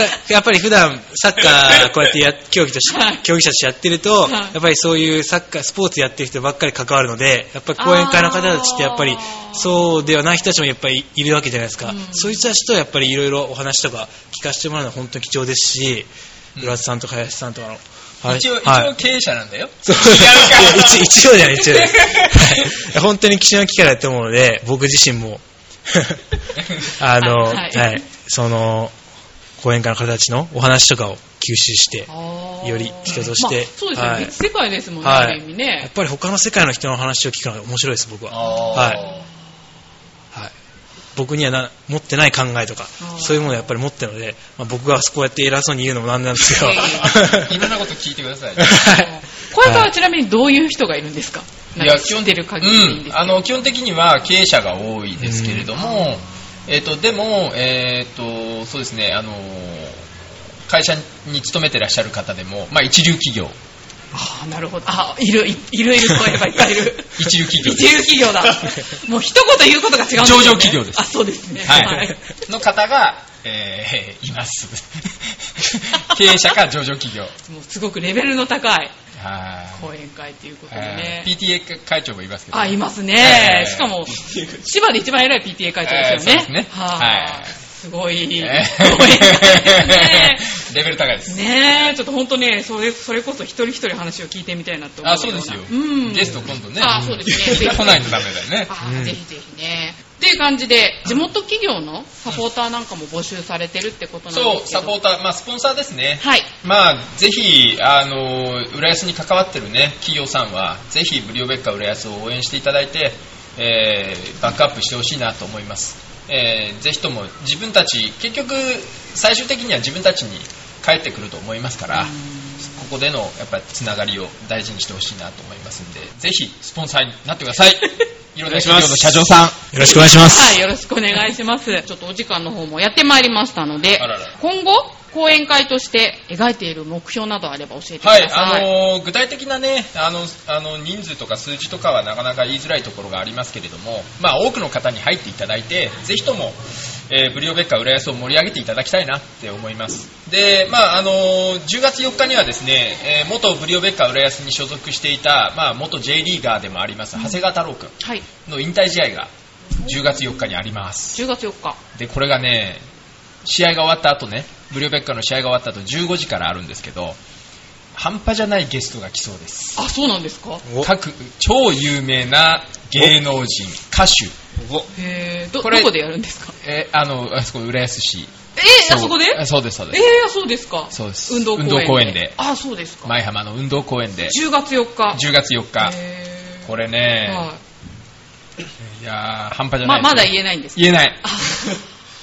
Speaker 3: さやっぱり普段サッカーこうやってや競技とし
Speaker 2: はい
Speaker 3: 競技者としてやってると、
Speaker 2: い
Speaker 3: やっぱりそういうサッカースポーツやってる人ばっかり関わるのでやっぱり講演会の方たちってやっぱり
Speaker 2: あー
Speaker 3: そうではない人たちもやっぱりいるわけじゃないですか、
Speaker 2: うん
Speaker 3: そういう人たちとやっぱりいろいろお話とか聞かせてもらうのは本当に貴重ですし浦田さんとか林さんとかの話
Speaker 6: 一応、
Speaker 3: はい
Speaker 6: 一応経営者なんだよ。
Speaker 3: そう
Speaker 6: 違うか
Speaker 3: 一一応じゃない、一応です。
Speaker 6: [LAUGHS]
Speaker 3: はい本当に貴重な機会だと思うので、僕自
Speaker 2: [LAUGHS]
Speaker 3: 身も、あの、
Speaker 2: あ
Speaker 3: は、
Speaker 2: はいい
Speaker 3: その、講演会の方たちのお話とかを吸収して、
Speaker 2: あー
Speaker 3: より人とし
Speaker 2: ま
Speaker 3: て
Speaker 2: あそうですよね、
Speaker 3: はい
Speaker 2: 別世界ですもんね、
Speaker 3: は
Speaker 2: ある
Speaker 3: い
Speaker 2: 意味
Speaker 3: やっ
Speaker 2: ね。
Speaker 3: ぱり他の世界の人の話を聞くのが面白いです、僕は。はい
Speaker 6: あ
Speaker 3: はい、僕にはな持ってない考えとか
Speaker 2: あー、
Speaker 3: そういうものをやっぱり持ってるので、まあ、僕がこうやって偉そうに言うのもなんなんですけど、
Speaker 2: いやい
Speaker 3: [LAUGHS]
Speaker 6: ーいろんなこと聞いてくだ [LAUGHS] さい。
Speaker 3: はい
Speaker 2: こういう場合はちなみにどういう人がいるんですか
Speaker 6: い
Speaker 2: なんか知ってる限りでいいんです
Speaker 6: うん、あの基本的には経営者が多いですけれども、えっとでも、えっとそうですねあの会社に勤めてらっしゃる方でも、まあ、一流企
Speaker 2: [LAUGHS]
Speaker 6: 業
Speaker 2: ああ、なるほど。あいる、いいるいる、そういえばいっぱ
Speaker 6: [LAUGHS]
Speaker 2: いいる。
Speaker 6: 一流企業
Speaker 2: 一流企業
Speaker 6: [LAUGHS]
Speaker 2: だ。もう一言言うことが違うんですよね
Speaker 6: 上場企業です
Speaker 2: あ、そうですね。
Speaker 6: はい、の方が、えーいます
Speaker 2: [LAUGHS]
Speaker 6: 経営者か上場企業
Speaker 2: もうすごくレベルの高い
Speaker 6: はい
Speaker 2: 講演会ということで
Speaker 6: え
Speaker 2: ね。
Speaker 6: ー PTA 会長もいますけど
Speaker 2: あ、いますね。
Speaker 6: えー
Speaker 2: しかも、千葉で一番偉い PTA 会長ですよね。
Speaker 6: えーそうですねは
Speaker 2: はいい。すごい。
Speaker 6: えー
Speaker 2: 講演会ね
Speaker 6: レベル高いです
Speaker 2: ねえ、ちょっと本当ね、それそれこそ一人一人話を聞いてみたいなと思う
Speaker 6: あそうですよ
Speaker 2: うん、
Speaker 6: ゲスト今度ね
Speaker 2: あそうですね
Speaker 6: みんな [LAUGHS] 来ないとダメだよね
Speaker 2: あーぜひぜひね。っていう感じで、地元企業のサポーターなんかも募集されてるってことなんですけど。
Speaker 6: そう、サポーター、まあ、スポンサーですね。 [LAUGHS]
Speaker 2: はい。
Speaker 6: まあ、ぜひ、あの、浦安に関わってるね、企業さんは、ぜひ、ブリオベッカ浦安を応援していただいて、えーバックアップしてほしいなと思います。えーぜひとも自分たち、結局、最終的には自分たちに帰ってくると思いますから、ここでの、やっぱり、つながりを大事にしてほしいなと思いますんで、ぜひ、スポンサーになってください。いろんな企業の社長さん。
Speaker 3: よろしくお願いします。
Speaker 6: [LAUGHS]
Speaker 2: はい、よろしくお願いします。ちょっとお時間の方もやってまいりましたので
Speaker 6: あらら、
Speaker 2: 今後、講演会として描いている目標などあれば教えてくだ
Speaker 6: は
Speaker 2: さい。
Speaker 6: い、あのー具体的なね、あの、あの、人数とか数字とかはなかなか言いづらいところがありますけれども、まあ、多くの方に入っていただいて、ぜひとも、えーブリオベッカ浦安を盛り上げていただきたいなって思います。で、まあ、あのー10月4日にはですね、えー元ブリオベッカ浦安に所属していた、まあ、元 J リーガーでもあります、長谷川太郎くん
Speaker 2: はい、
Speaker 6: の引退試合が10月4日にあります。
Speaker 2: 10月4日。
Speaker 6: で、これがね、試合が終わった後ね、ブリオベッカの試合が終わった後15時からあるんですけど、半端じゃないゲストが来そうです。
Speaker 2: あ、そうなんですか
Speaker 3: お
Speaker 6: 各、超有名な芸能人、歌手、
Speaker 2: へーど、
Speaker 6: これ
Speaker 2: どこでやるんですか
Speaker 6: えーあの、あそこ、浦安市。
Speaker 2: えー、あそこで
Speaker 6: あそうです、そう
Speaker 2: え
Speaker 6: です。
Speaker 2: ー、そうですか。
Speaker 6: そうです
Speaker 2: 運動公園で。
Speaker 6: 運動公園で
Speaker 2: あ、そうですか。
Speaker 6: 舞浜の運動公園で、
Speaker 2: 10月4日。
Speaker 6: 10月4日。
Speaker 2: へー
Speaker 6: これね、
Speaker 2: はい
Speaker 6: やー、半端じゃ
Speaker 2: ま
Speaker 6: ないですね、
Speaker 2: まだ言えないんですか
Speaker 6: 言
Speaker 2: [LAUGHS]
Speaker 6: えない。
Speaker 2: あ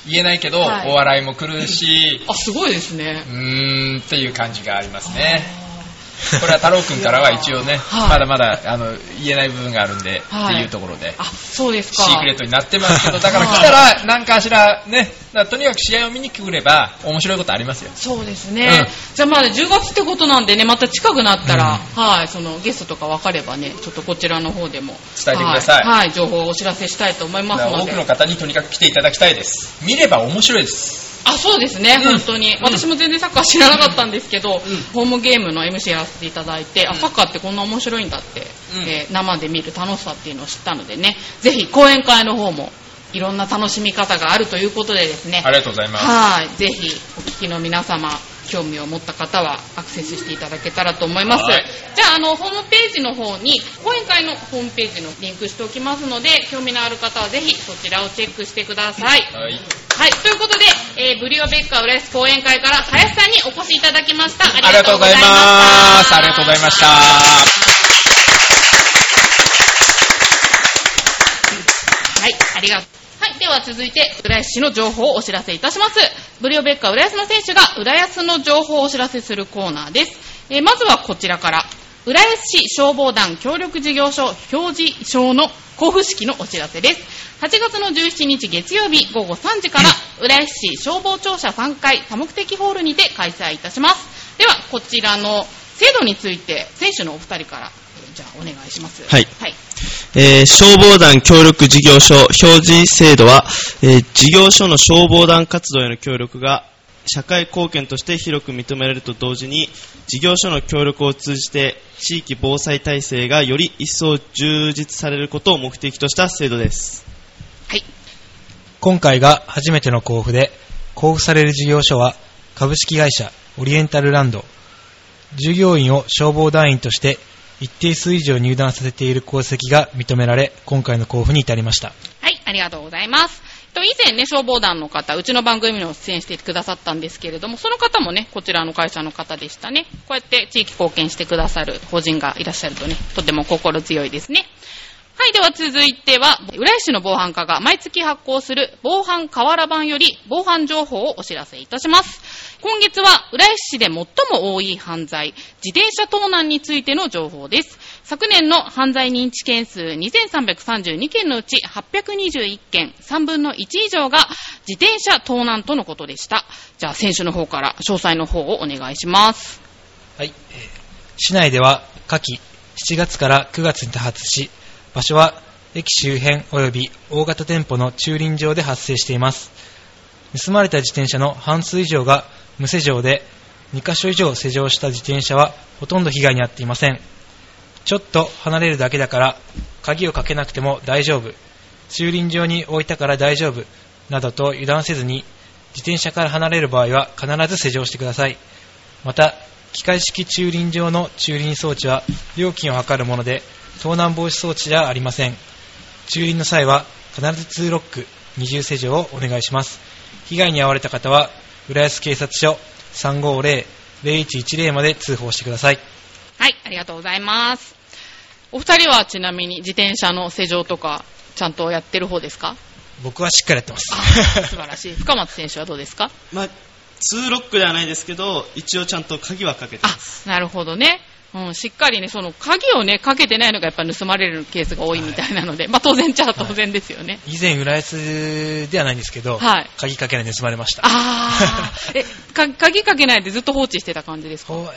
Speaker 6: 言えないけど、
Speaker 2: はい
Speaker 6: お笑いも来るし、
Speaker 2: あ、すごいですね
Speaker 6: う。ーんっていう感じがありますね。
Speaker 2: あ
Speaker 6: これは太郎くんからは一応ね、
Speaker 2: はい
Speaker 6: まだまだあの言えない部分があるんで、
Speaker 2: はい
Speaker 6: っていうところで
Speaker 2: ー、あ、そうですか。
Speaker 6: シークレットになってますけ [LAUGHS] ど、だから来たら、なんかしら、ね、だからとにかく試合を見に来れば、面白いことありますよ。
Speaker 2: そうですね、
Speaker 6: うん
Speaker 2: じゃあまあ10月ってことなんでね、また近くなったら、はい、そのゲストとか分かればね、ちょっとこちらの方でも
Speaker 6: 伝えてください
Speaker 2: はい、はい情報をお知らせしたいと思いま
Speaker 6: だ
Speaker 2: す
Speaker 6: から
Speaker 2: の
Speaker 6: 多
Speaker 2: で
Speaker 6: く。の方にとにかく来ていただきたいです。見れば面白いです。
Speaker 2: あ、そうですね、本当に。私も全然サッカー知らなかったんですけど、ホームゲームの MC やらせていただいて、あ、サッカーってこんな面白いんだって、
Speaker 6: うん
Speaker 2: えー生で見る楽しさっていうのを知ったのでね、ぜひ講演会の方もいろんな楽しみ方があるということでですね、
Speaker 6: ありがとうございます。
Speaker 2: はい、ぜひお聞きの皆様、興味を持った方はアクセスしていただけたらと思います。
Speaker 6: はい
Speaker 2: じゃあ、あの、ホームページの方に、講演会のホームページのリンクしておきますので、興味のある方はぜひそちらをチェックしてください。
Speaker 6: はい
Speaker 2: はい、ということで、えーブリオベッカ浦安講演会から林さんにお越しいただきました。
Speaker 6: ありがとうございます。ありがとうございました。
Speaker 2: はい、ありがとう。はい、では続いて、浦安市の情報をお知らせいたします。ブリオベッカ浦安の選手が浦安の情報をお知らせするコーナーです。えーまずはこちらから、浦安市消防団協力事業所表示証の交付式のお知らせです。8月の17日月曜日午後3時から、浦安市消防庁舎3階多目的ホールにて開催いたします。では、こちらの制度について、選手のお二人から、えーじゃあお願いします。
Speaker 7: はい
Speaker 2: はい。
Speaker 7: えー消防団協力事業所表示制度は、えー事業所の消防団活動への協力が社会貢献として広く認められると同時に事業所の協力を通じて地域防災体制がより一層充実されることを目的とした制度です
Speaker 2: はい。
Speaker 3: 今回が初めての交付で、交付される事業所は、株式会社オリエンタルランド、従業員を消防団員として一定数以上入団させている功績が認められ、今回の交付に至りました。
Speaker 2: はい、ありがとうございます。えっと以前ね、消防団の方、うちの番組にも出演してくださったんですけれども、その方もね、こちらの会社の方でしたね。こうやって地域貢献してくださる法人がいらっしゃるとね、とても心強いですね。はい、では続いては、浦安市の防犯課が毎月発行する防犯河原版より防犯情報をお知らせいたします。今月は浦安市で最も多い犯罪、自転車盗難についての情報です。昨年の犯罪認知件数2332件のうち821件、3分の1以上が自転車盗難とのことでした。じゃあ、選手の方から詳細の方をお願いします。
Speaker 3: はい、えー市内では夏季7月から9月に多発し場所は駅周辺及び大型店舗の駐輪場で発生しています盗まれた自転車の半数以上が無施錠で2カ所以上施錠した自転車はほとんど被害に遭っていませんちょっと離れるだけだから鍵をかけなくても大丈夫駐輪場に置いたから大丈夫などと油断せずに自転車から離れる場合は必ず施錠してくださいまた機械式駐輪場の駐輪装置は料金を測るもので盗難防止装置ではありません駐輪の際は必ず2ロック二重施錠をお願いします被害に遭われた方は浦安警察署350-0110まで通報してください
Speaker 2: はい、ありがとうございます。お二人はちなみに自転車の施錠とか、ちゃんとやってる方です
Speaker 3: [LAUGHS]
Speaker 2: か
Speaker 3: 僕はしっかりやって
Speaker 2: [LAUGHS]
Speaker 3: ま
Speaker 2: あ
Speaker 3: す
Speaker 2: 素晴らしい。深松選手はどうですか
Speaker 7: まあ2ロックではないですけど一応ちゃんと鍵はかけてま
Speaker 2: あ
Speaker 7: す、
Speaker 2: なるほどね。ううん、しっかりね、その鍵をね、かけてないのがやっぱ盗まれるケースが多いみたいなので、まあ当然じゃあ当然ですよね。
Speaker 3: 以前、浦安ではないんですけど、
Speaker 2: はい
Speaker 3: 鍵かけないで盗まれました。
Speaker 2: あ
Speaker 3: [LAUGHS]
Speaker 2: ー、え、か鍵かけないでずっと放置してた感じですか
Speaker 3: ほう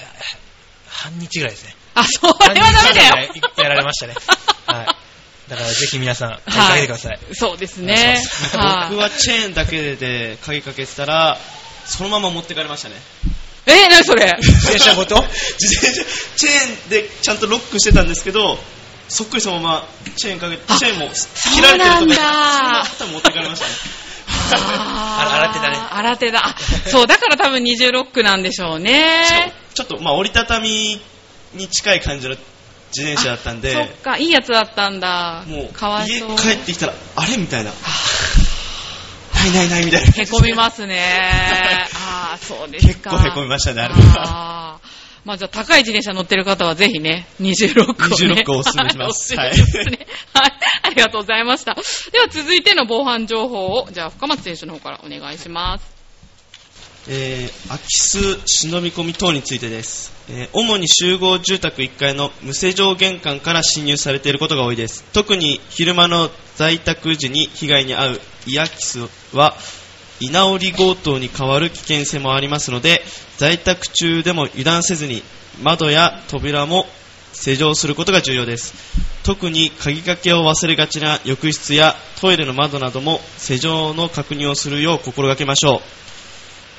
Speaker 3: 半日ぐらいですね。 [LAUGHS]
Speaker 2: あ、それはダメだよ
Speaker 3: 半日ぐらいやられましたね。はい。だからぜひ皆さん、鍵かけてください。
Speaker 2: そうですね。
Speaker 7: 僕
Speaker 2: はい
Speaker 7: はチェーンだけで鍵かけてたら、そのまま持ってかれましたね。
Speaker 2: え、何それ
Speaker 7: 自転車ごと自転車、チェーンでちゃんとロックしてたんですけど、そっくりそのままチェーンかけて、チェーンも切られてるとか、
Speaker 2: そうなんだ
Speaker 7: そのまま持ってかれましたね。
Speaker 2: [LAUGHS] あ
Speaker 3: あら新手だね
Speaker 2: 新手だ。あそう、だから多分二重ロックなんでしょうね。
Speaker 7: ちょっと、まあ、折りたたみに近い感じの自転車だったんで、
Speaker 2: そっか、いいやつだったんだ。
Speaker 7: もう
Speaker 2: かわい
Speaker 7: 家
Speaker 2: そう。
Speaker 7: 帰ってきたら、あれみたいな。ないないないみたいな。
Speaker 2: へこみます
Speaker 7: [LAUGHS]
Speaker 2: ね。ああ、そうですか。
Speaker 7: 結構へこみましたねあれ
Speaker 2: は。まあじゃあ高い自転車乗ってる方はぜひね、26を、ね。
Speaker 7: 26をお勧めします
Speaker 2: はいお勧めしますね。はい。ありがとうございました。では続いての防犯情報を、じゃあ深松選手の方からお願いします。
Speaker 7: えー空き巣忍び込み等についてです、えー主に集合住宅1階の無施錠玄関から侵入されていることが多いです特に昼間の在宅時に被害に遭うイヤキスは居直り強盗に変わる危険性もありますので在宅中でも油断せずに窓や扉も施錠することが重要です特に鍵掛けを忘れがちな浴室やトイレの窓なども施錠の確認をするよう心がけましょう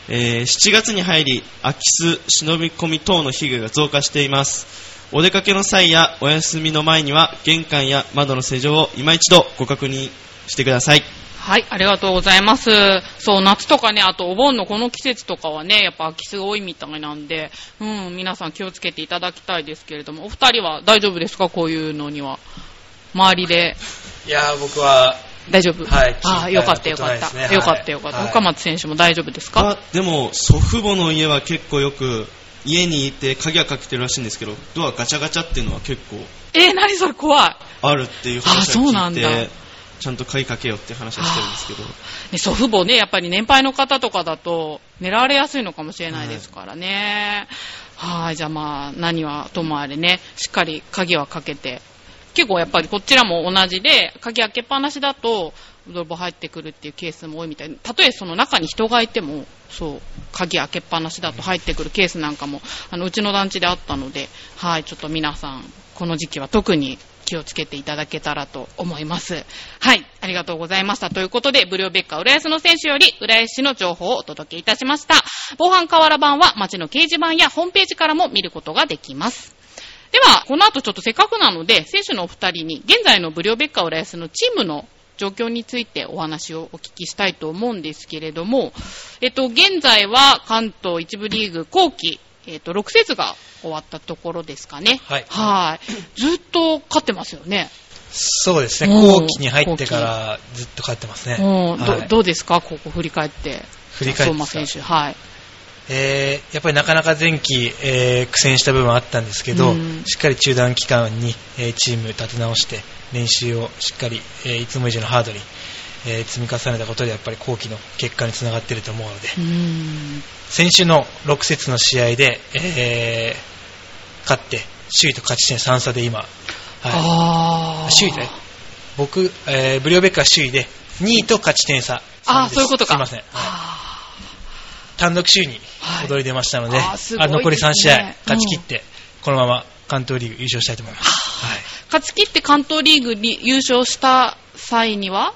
Speaker 7: えー7月に入り空き巣忍び込み等の被害が増加していますお出かけの際やお休みの前には玄関や窓の施錠を今一度ご確認してください
Speaker 2: はい、ありがとうございます。そう、夏とかね、あとお盆のこの季節とかはね、やっぱ空き巣多いみたいなんで、うん、皆さん気をつけていただきたいですけれども、お二人は大丈夫ですかこういうのには。周りで。
Speaker 3: いやー、僕は、
Speaker 2: 大丈夫
Speaker 3: はい
Speaker 2: ああ、よか
Speaker 3: 聞いたような
Speaker 2: ったよ
Speaker 3: こと
Speaker 2: か
Speaker 3: な
Speaker 2: っ
Speaker 3: いですね
Speaker 2: た。よかったよかった。
Speaker 3: はい
Speaker 2: 岡松選手も大丈夫ですか
Speaker 7: あでも祖父母の家は結構よく家にいて鍵はかけてるらしいんですけどドアガチャガチャっていうのは結構
Speaker 2: えー、何それ怖い。
Speaker 7: あるってい
Speaker 2: あ
Speaker 7: う話を
Speaker 2: そうな
Speaker 7: 聞
Speaker 2: ん
Speaker 7: い
Speaker 2: だ
Speaker 7: てちゃんと鍵かけようって話はしてるんですけど
Speaker 2: ね祖父母ね、やっぱり年配の方とかだと、狙われやすいのかもしれないですからね。はい、じゃあまあ、何はともあれね、しっかり鍵はかけて。結構やっぱりこちらも同じで、鍵開けっぱなしだと、泥棒入ってくるっていうケースも多いみたいな。たとえその中に人がいても、そう、鍵開けっぱなしだと入ってくるケースなんかも、あの、うちの団地であったので、はい、ちょっと皆さん、この時期は特に気をつけていただけたらと思います。はい、ありがとうございました。ということで、ブリオベッカ浦安の選手より浦安市の情報をお届けいたしました。防犯河原版は街の掲示板やホームページからも見ることができます。では、この後ちょっとせっかくなので、選手のお二人に現在のブリオベッカ浦安のチームの状況についてお話をお聞きしたいと思うんですけれども、えっと、現在は関東一部リーグ後期、えっと、6節が終わったところですかね。
Speaker 3: はい
Speaker 2: はい。ずっと勝ってますよね。
Speaker 3: そうですね、
Speaker 2: うん
Speaker 3: 後期に入ってからずっと勝ってますね。
Speaker 2: うん
Speaker 3: は
Speaker 2: ど
Speaker 3: い
Speaker 2: どうですか、ここ振り返って。
Speaker 3: 振り返って
Speaker 2: 相馬選手、はい。
Speaker 3: えーやっぱりなかなか前期、えー苦戦した部分はあったんですけど、
Speaker 2: うん
Speaker 3: しっかり中断期間に、えーチーム立て直して練習をしっかり、えーいつも以上のハードに、えー積み重ねたことでやっぱり後期の結果につながっていると思うので、
Speaker 2: うん。
Speaker 3: 先週の6節の試合で、えー勝って首位と勝ち点3差で今、は
Speaker 2: ああ。
Speaker 3: い、首位で僕、えーブリオベックは首位で2位と勝ち点差
Speaker 2: ああ、
Speaker 3: 3です
Speaker 2: そういうことか。
Speaker 3: すいません、はい
Speaker 2: あ
Speaker 3: 単独首位に躍り出ましたので、
Speaker 2: はいあーすごいですね
Speaker 3: 残り3試合
Speaker 2: うん
Speaker 3: 勝ち切って、このまま関東リーグ優勝したいと思います。はい
Speaker 2: ー勝ち切って関東リーグに優勝した際には、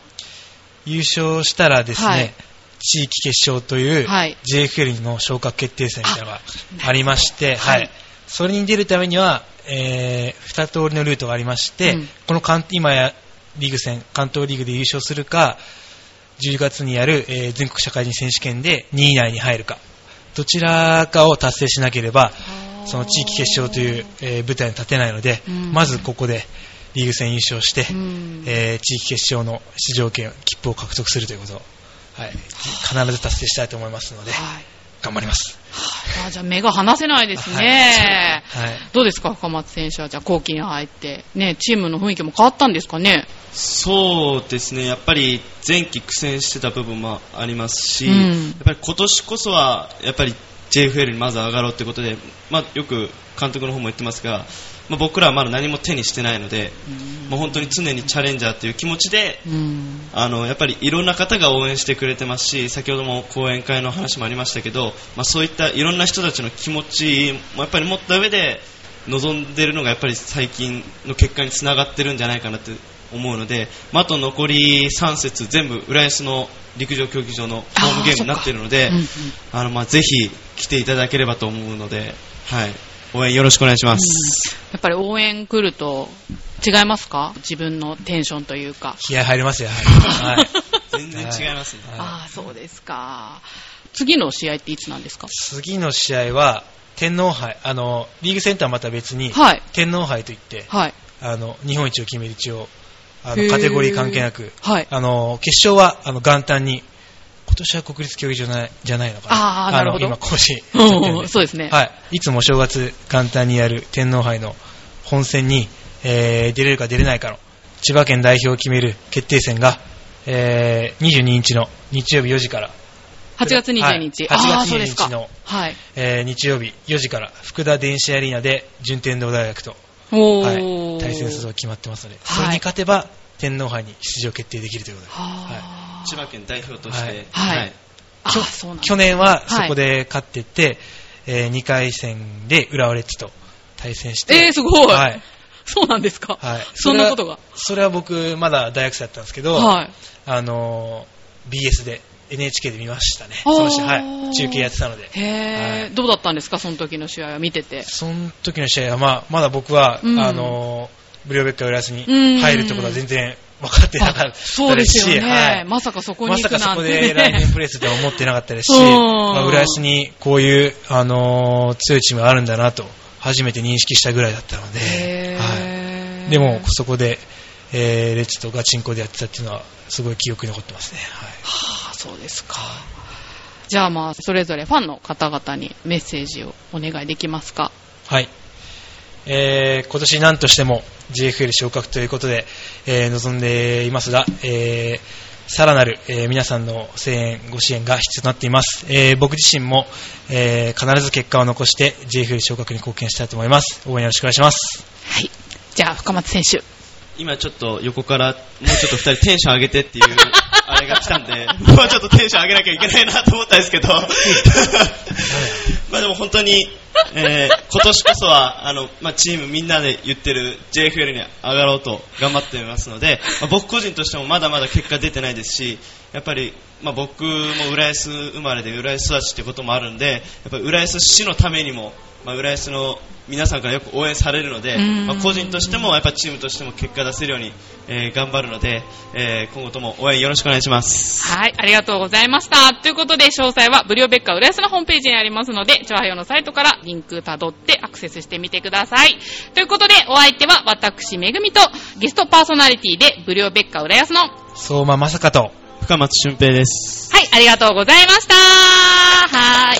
Speaker 3: 優勝したらですね、
Speaker 2: はい
Speaker 3: 地域決勝という
Speaker 2: はい
Speaker 3: JFL の昇格決定戦みたいなのがありまして、
Speaker 2: はい
Speaker 3: はいそれに出るためには、え2通りのルートがありまして、
Speaker 2: うん
Speaker 3: この関今やリーグ戦、関東リーグで優勝するか、10月にやる、えー全国社会人選手権で2位以内に入るか、どちらかを達成しなければ、その地域決勝という、えー舞台に立てないので、
Speaker 2: うん
Speaker 3: まずここでリーグ戦優勝して、
Speaker 2: うん
Speaker 3: えー地域決勝の出場権、切符を獲得するということを、はい、必ず達成したいと思いますので、
Speaker 2: はい。
Speaker 3: 頑張ります。
Speaker 2: あーじゃあ目が離せないですね。
Speaker 3: はいはい
Speaker 2: どうですか、深松選手は、じゃあ、後期に入って、ね、チームの雰囲気も変わったんですかね。
Speaker 7: そうですね、やっぱり前期苦戦してた部分もありますし、
Speaker 2: うん
Speaker 7: やっぱり今年こそはやっぱり JFL にまず上がろうということで、まあ、よく監督の方も言ってますが、まあ、僕らはまだ何も手にしてないので、もう本当に常にチャレンジャーという気持ちで
Speaker 2: うん
Speaker 7: あのやっぱりいろんな方が応援してくれてますし先ほども講演会の話もありましたけど、まあ、そういったいろんな人たちの気持ちもやっぱり持った上で望んでるのがやっぱり最近の結果につながってるんじゃないかなって思うので、まあ、あと残り3節全部浦安の陸上競技場のホームゲームになっているので
Speaker 2: うんうん
Speaker 7: あのまあぜひ来ていただければと思うので、はい、応援よろしくお願いします。
Speaker 2: やっぱり応援来ると違いますか自分のテンションというか。
Speaker 3: 気合入ります
Speaker 2: [LAUGHS]
Speaker 3: よ、はい。はい
Speaker 7: 全然違いますね、
Speaker 2: ああ、そうですか。次の試合っていつなんですか
Speaker 3: 次の試合は、天皇杯、あの、リーグセンターまた別に、
Speaker 2: はい。
Speaker 3: 天皇杯といって、
Speaker 2: はい。
Speaker 3: あの、日本一を決める一応、あ
Speaker 2: へ
Speaker 3: の、
Speaker 2: ー
Speaker 3: カテゴリー関係なく、
Speaker 2: はい。
Speaker 3: あの、決勝は、あの、元旦に、今年は国立競技場ないじゃないのかな。
Speaker 2: あーなるほど
Speaker 3: の、今、更新。 [LAUGHS]
Speaker 2: うん [LAUGHS] そうですね。
Speaker 3: はい。いつもお正月元旦にやる天皇杯の本戦に、えー出れるか出れないかの千葉県代表を決める決定戦が、えー22日の日曜日4時から、
Speaker 2: 8月22日。
Speaker 3: はい
Speaker 2: ああ、
Speaker 3: 8月22
Speaker 2: そうですか
Speaker 3: 日の。
Speaker 2: はい。
Speaker 3: えー日曜日4時から福田電子アリーナで順天堂大学と、
Speaker 2: お
Speaker 3: はい
Speaker 2: ー。
Speaker 3: 対戦することが決まってますので、
Speaker 2: はい
Speaker 3: それに勝てば天皇杯に出場決定できるということで、
Speaker 2: はあ。
Speaker 7: 千葉県代表として、
Speaker 3: はい
Speaker 2: はい
Speaker 7: はい
Speaker 2: あーそうなんだ
Speaker 3: 去年はそこで勝ってって、え2回戦で浦和レッズと対戦して、
Speaker 2: えー、すごい。
Speaker 3: はい
Speaker 2: そうなんですか。
Speaker 3: はい、
Speaker 2: そんなことが。
Speaker 3: それはそれは僕まだ大学生だったんですけど、
Speaker 2: はい。
Speaker 3: あのー BS で NHK で見ましたね
Speaker 2: あー
Speaker 3: その試合はい、中継やってたので
Speaker 2: へえ、
Speaker 3: はい
Speaker 2: どうだったんですか、その時の試合は見てて。
Speaker 3: その時の試合は、まあ、まだ僕は、
Speaker 2: うん
Speaker 3: あのーブリオベッカ浦安に
Speaker 2: うん
Speaker 3: 入るってことは全然分かってなかった
Speaker 2: あそうですよね、
Speaker 3: はい
Speaker 2: まさかそこ
Speaker 3: ま
Speaker 2: に行
Speaker 3: さ
Speaker 2: くな
Speaker 3: か
Speaker 2: んて、ね。
Speaker 3: そこで来年プレスでは思ってなかったです
Speaker 2: [LAUGHS]
Speaker 3: し、
Speaker 2: うん
Speaker 3: まあ、浦安にこういう、あのー強いチームがあるんだなと初めて認識したぐらいだったので、
Speaker 2: へ
Speaker 3: はい
Speaker 2: ー
Speaker 3: でも、そこで、えーレッツとガチンコでやってたっていうのは、すごい記憶に残ってますね。はい。
Speaker 2: あそうですか。じゃあまあ、それぞれファンの方々にメッセージをお願いできますか。
Speaker 3: はい。えー今年なんとしても JFL 昇格ということで、えー望んでいますが、えーさらなる、えー皆さんの声援、ご支援が必要となっています。えー僕自身も、えー必ず結果を残して JFL 昇格に貢献したいと思います。応援よろしくお願いします。
Speaker 2: はい。じゃあ、深松選手。
Speaker 7: 今ちょっと横からもうちょっと二人テンション上げてっていうあれが来たんで僕はちょっとテンション上げなきゃいけないなと思ったんですけど [LAUGHS] まあでも本当に、 [LAUGHS] えー今年こそはあの、まあ、チームみんなで言ってる JFL に上がろうと頑張ってますので、まあ僕個人としてもまだまだ結果出てないですしやっぱり、まあ、僕も浦安生まれで浦安育ちってこともあるんでやっぱり浦安市のためにも、まあ、浦安の皆さんからよく応援されるので、
Speaker 2: うん
Speaker 7: まあ個人としてもやっぱチームとしても結果出せるように、えー頑張るので、えー今後とも応援よろしくお願いします。
Speaker 2: はい、ありがとうございました。ということで、詳細はブリオベッカ浦安のホームページにありますので、チョアヘヨのサイトからリンク辿ってアクセスしてみてください。ということで、お相手は私、めぐみと、ゲストパーソナリティでブリオベッカ浦安の、はい、
Speaker 3: 相馬まさかと、
Speaker 7: 深松俊平です。
Speaker 2: ありがとうございました。はい。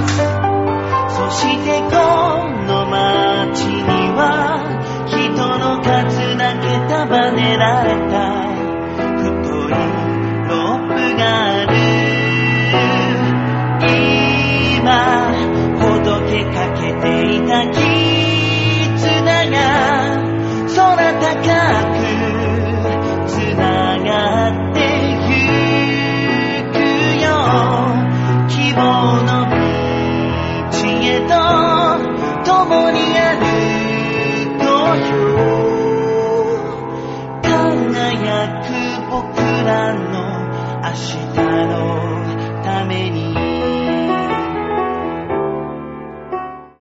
Speaker 1: そしてこの街には人の数だけ束ねられた太いロープがある今ほどけかけていた絆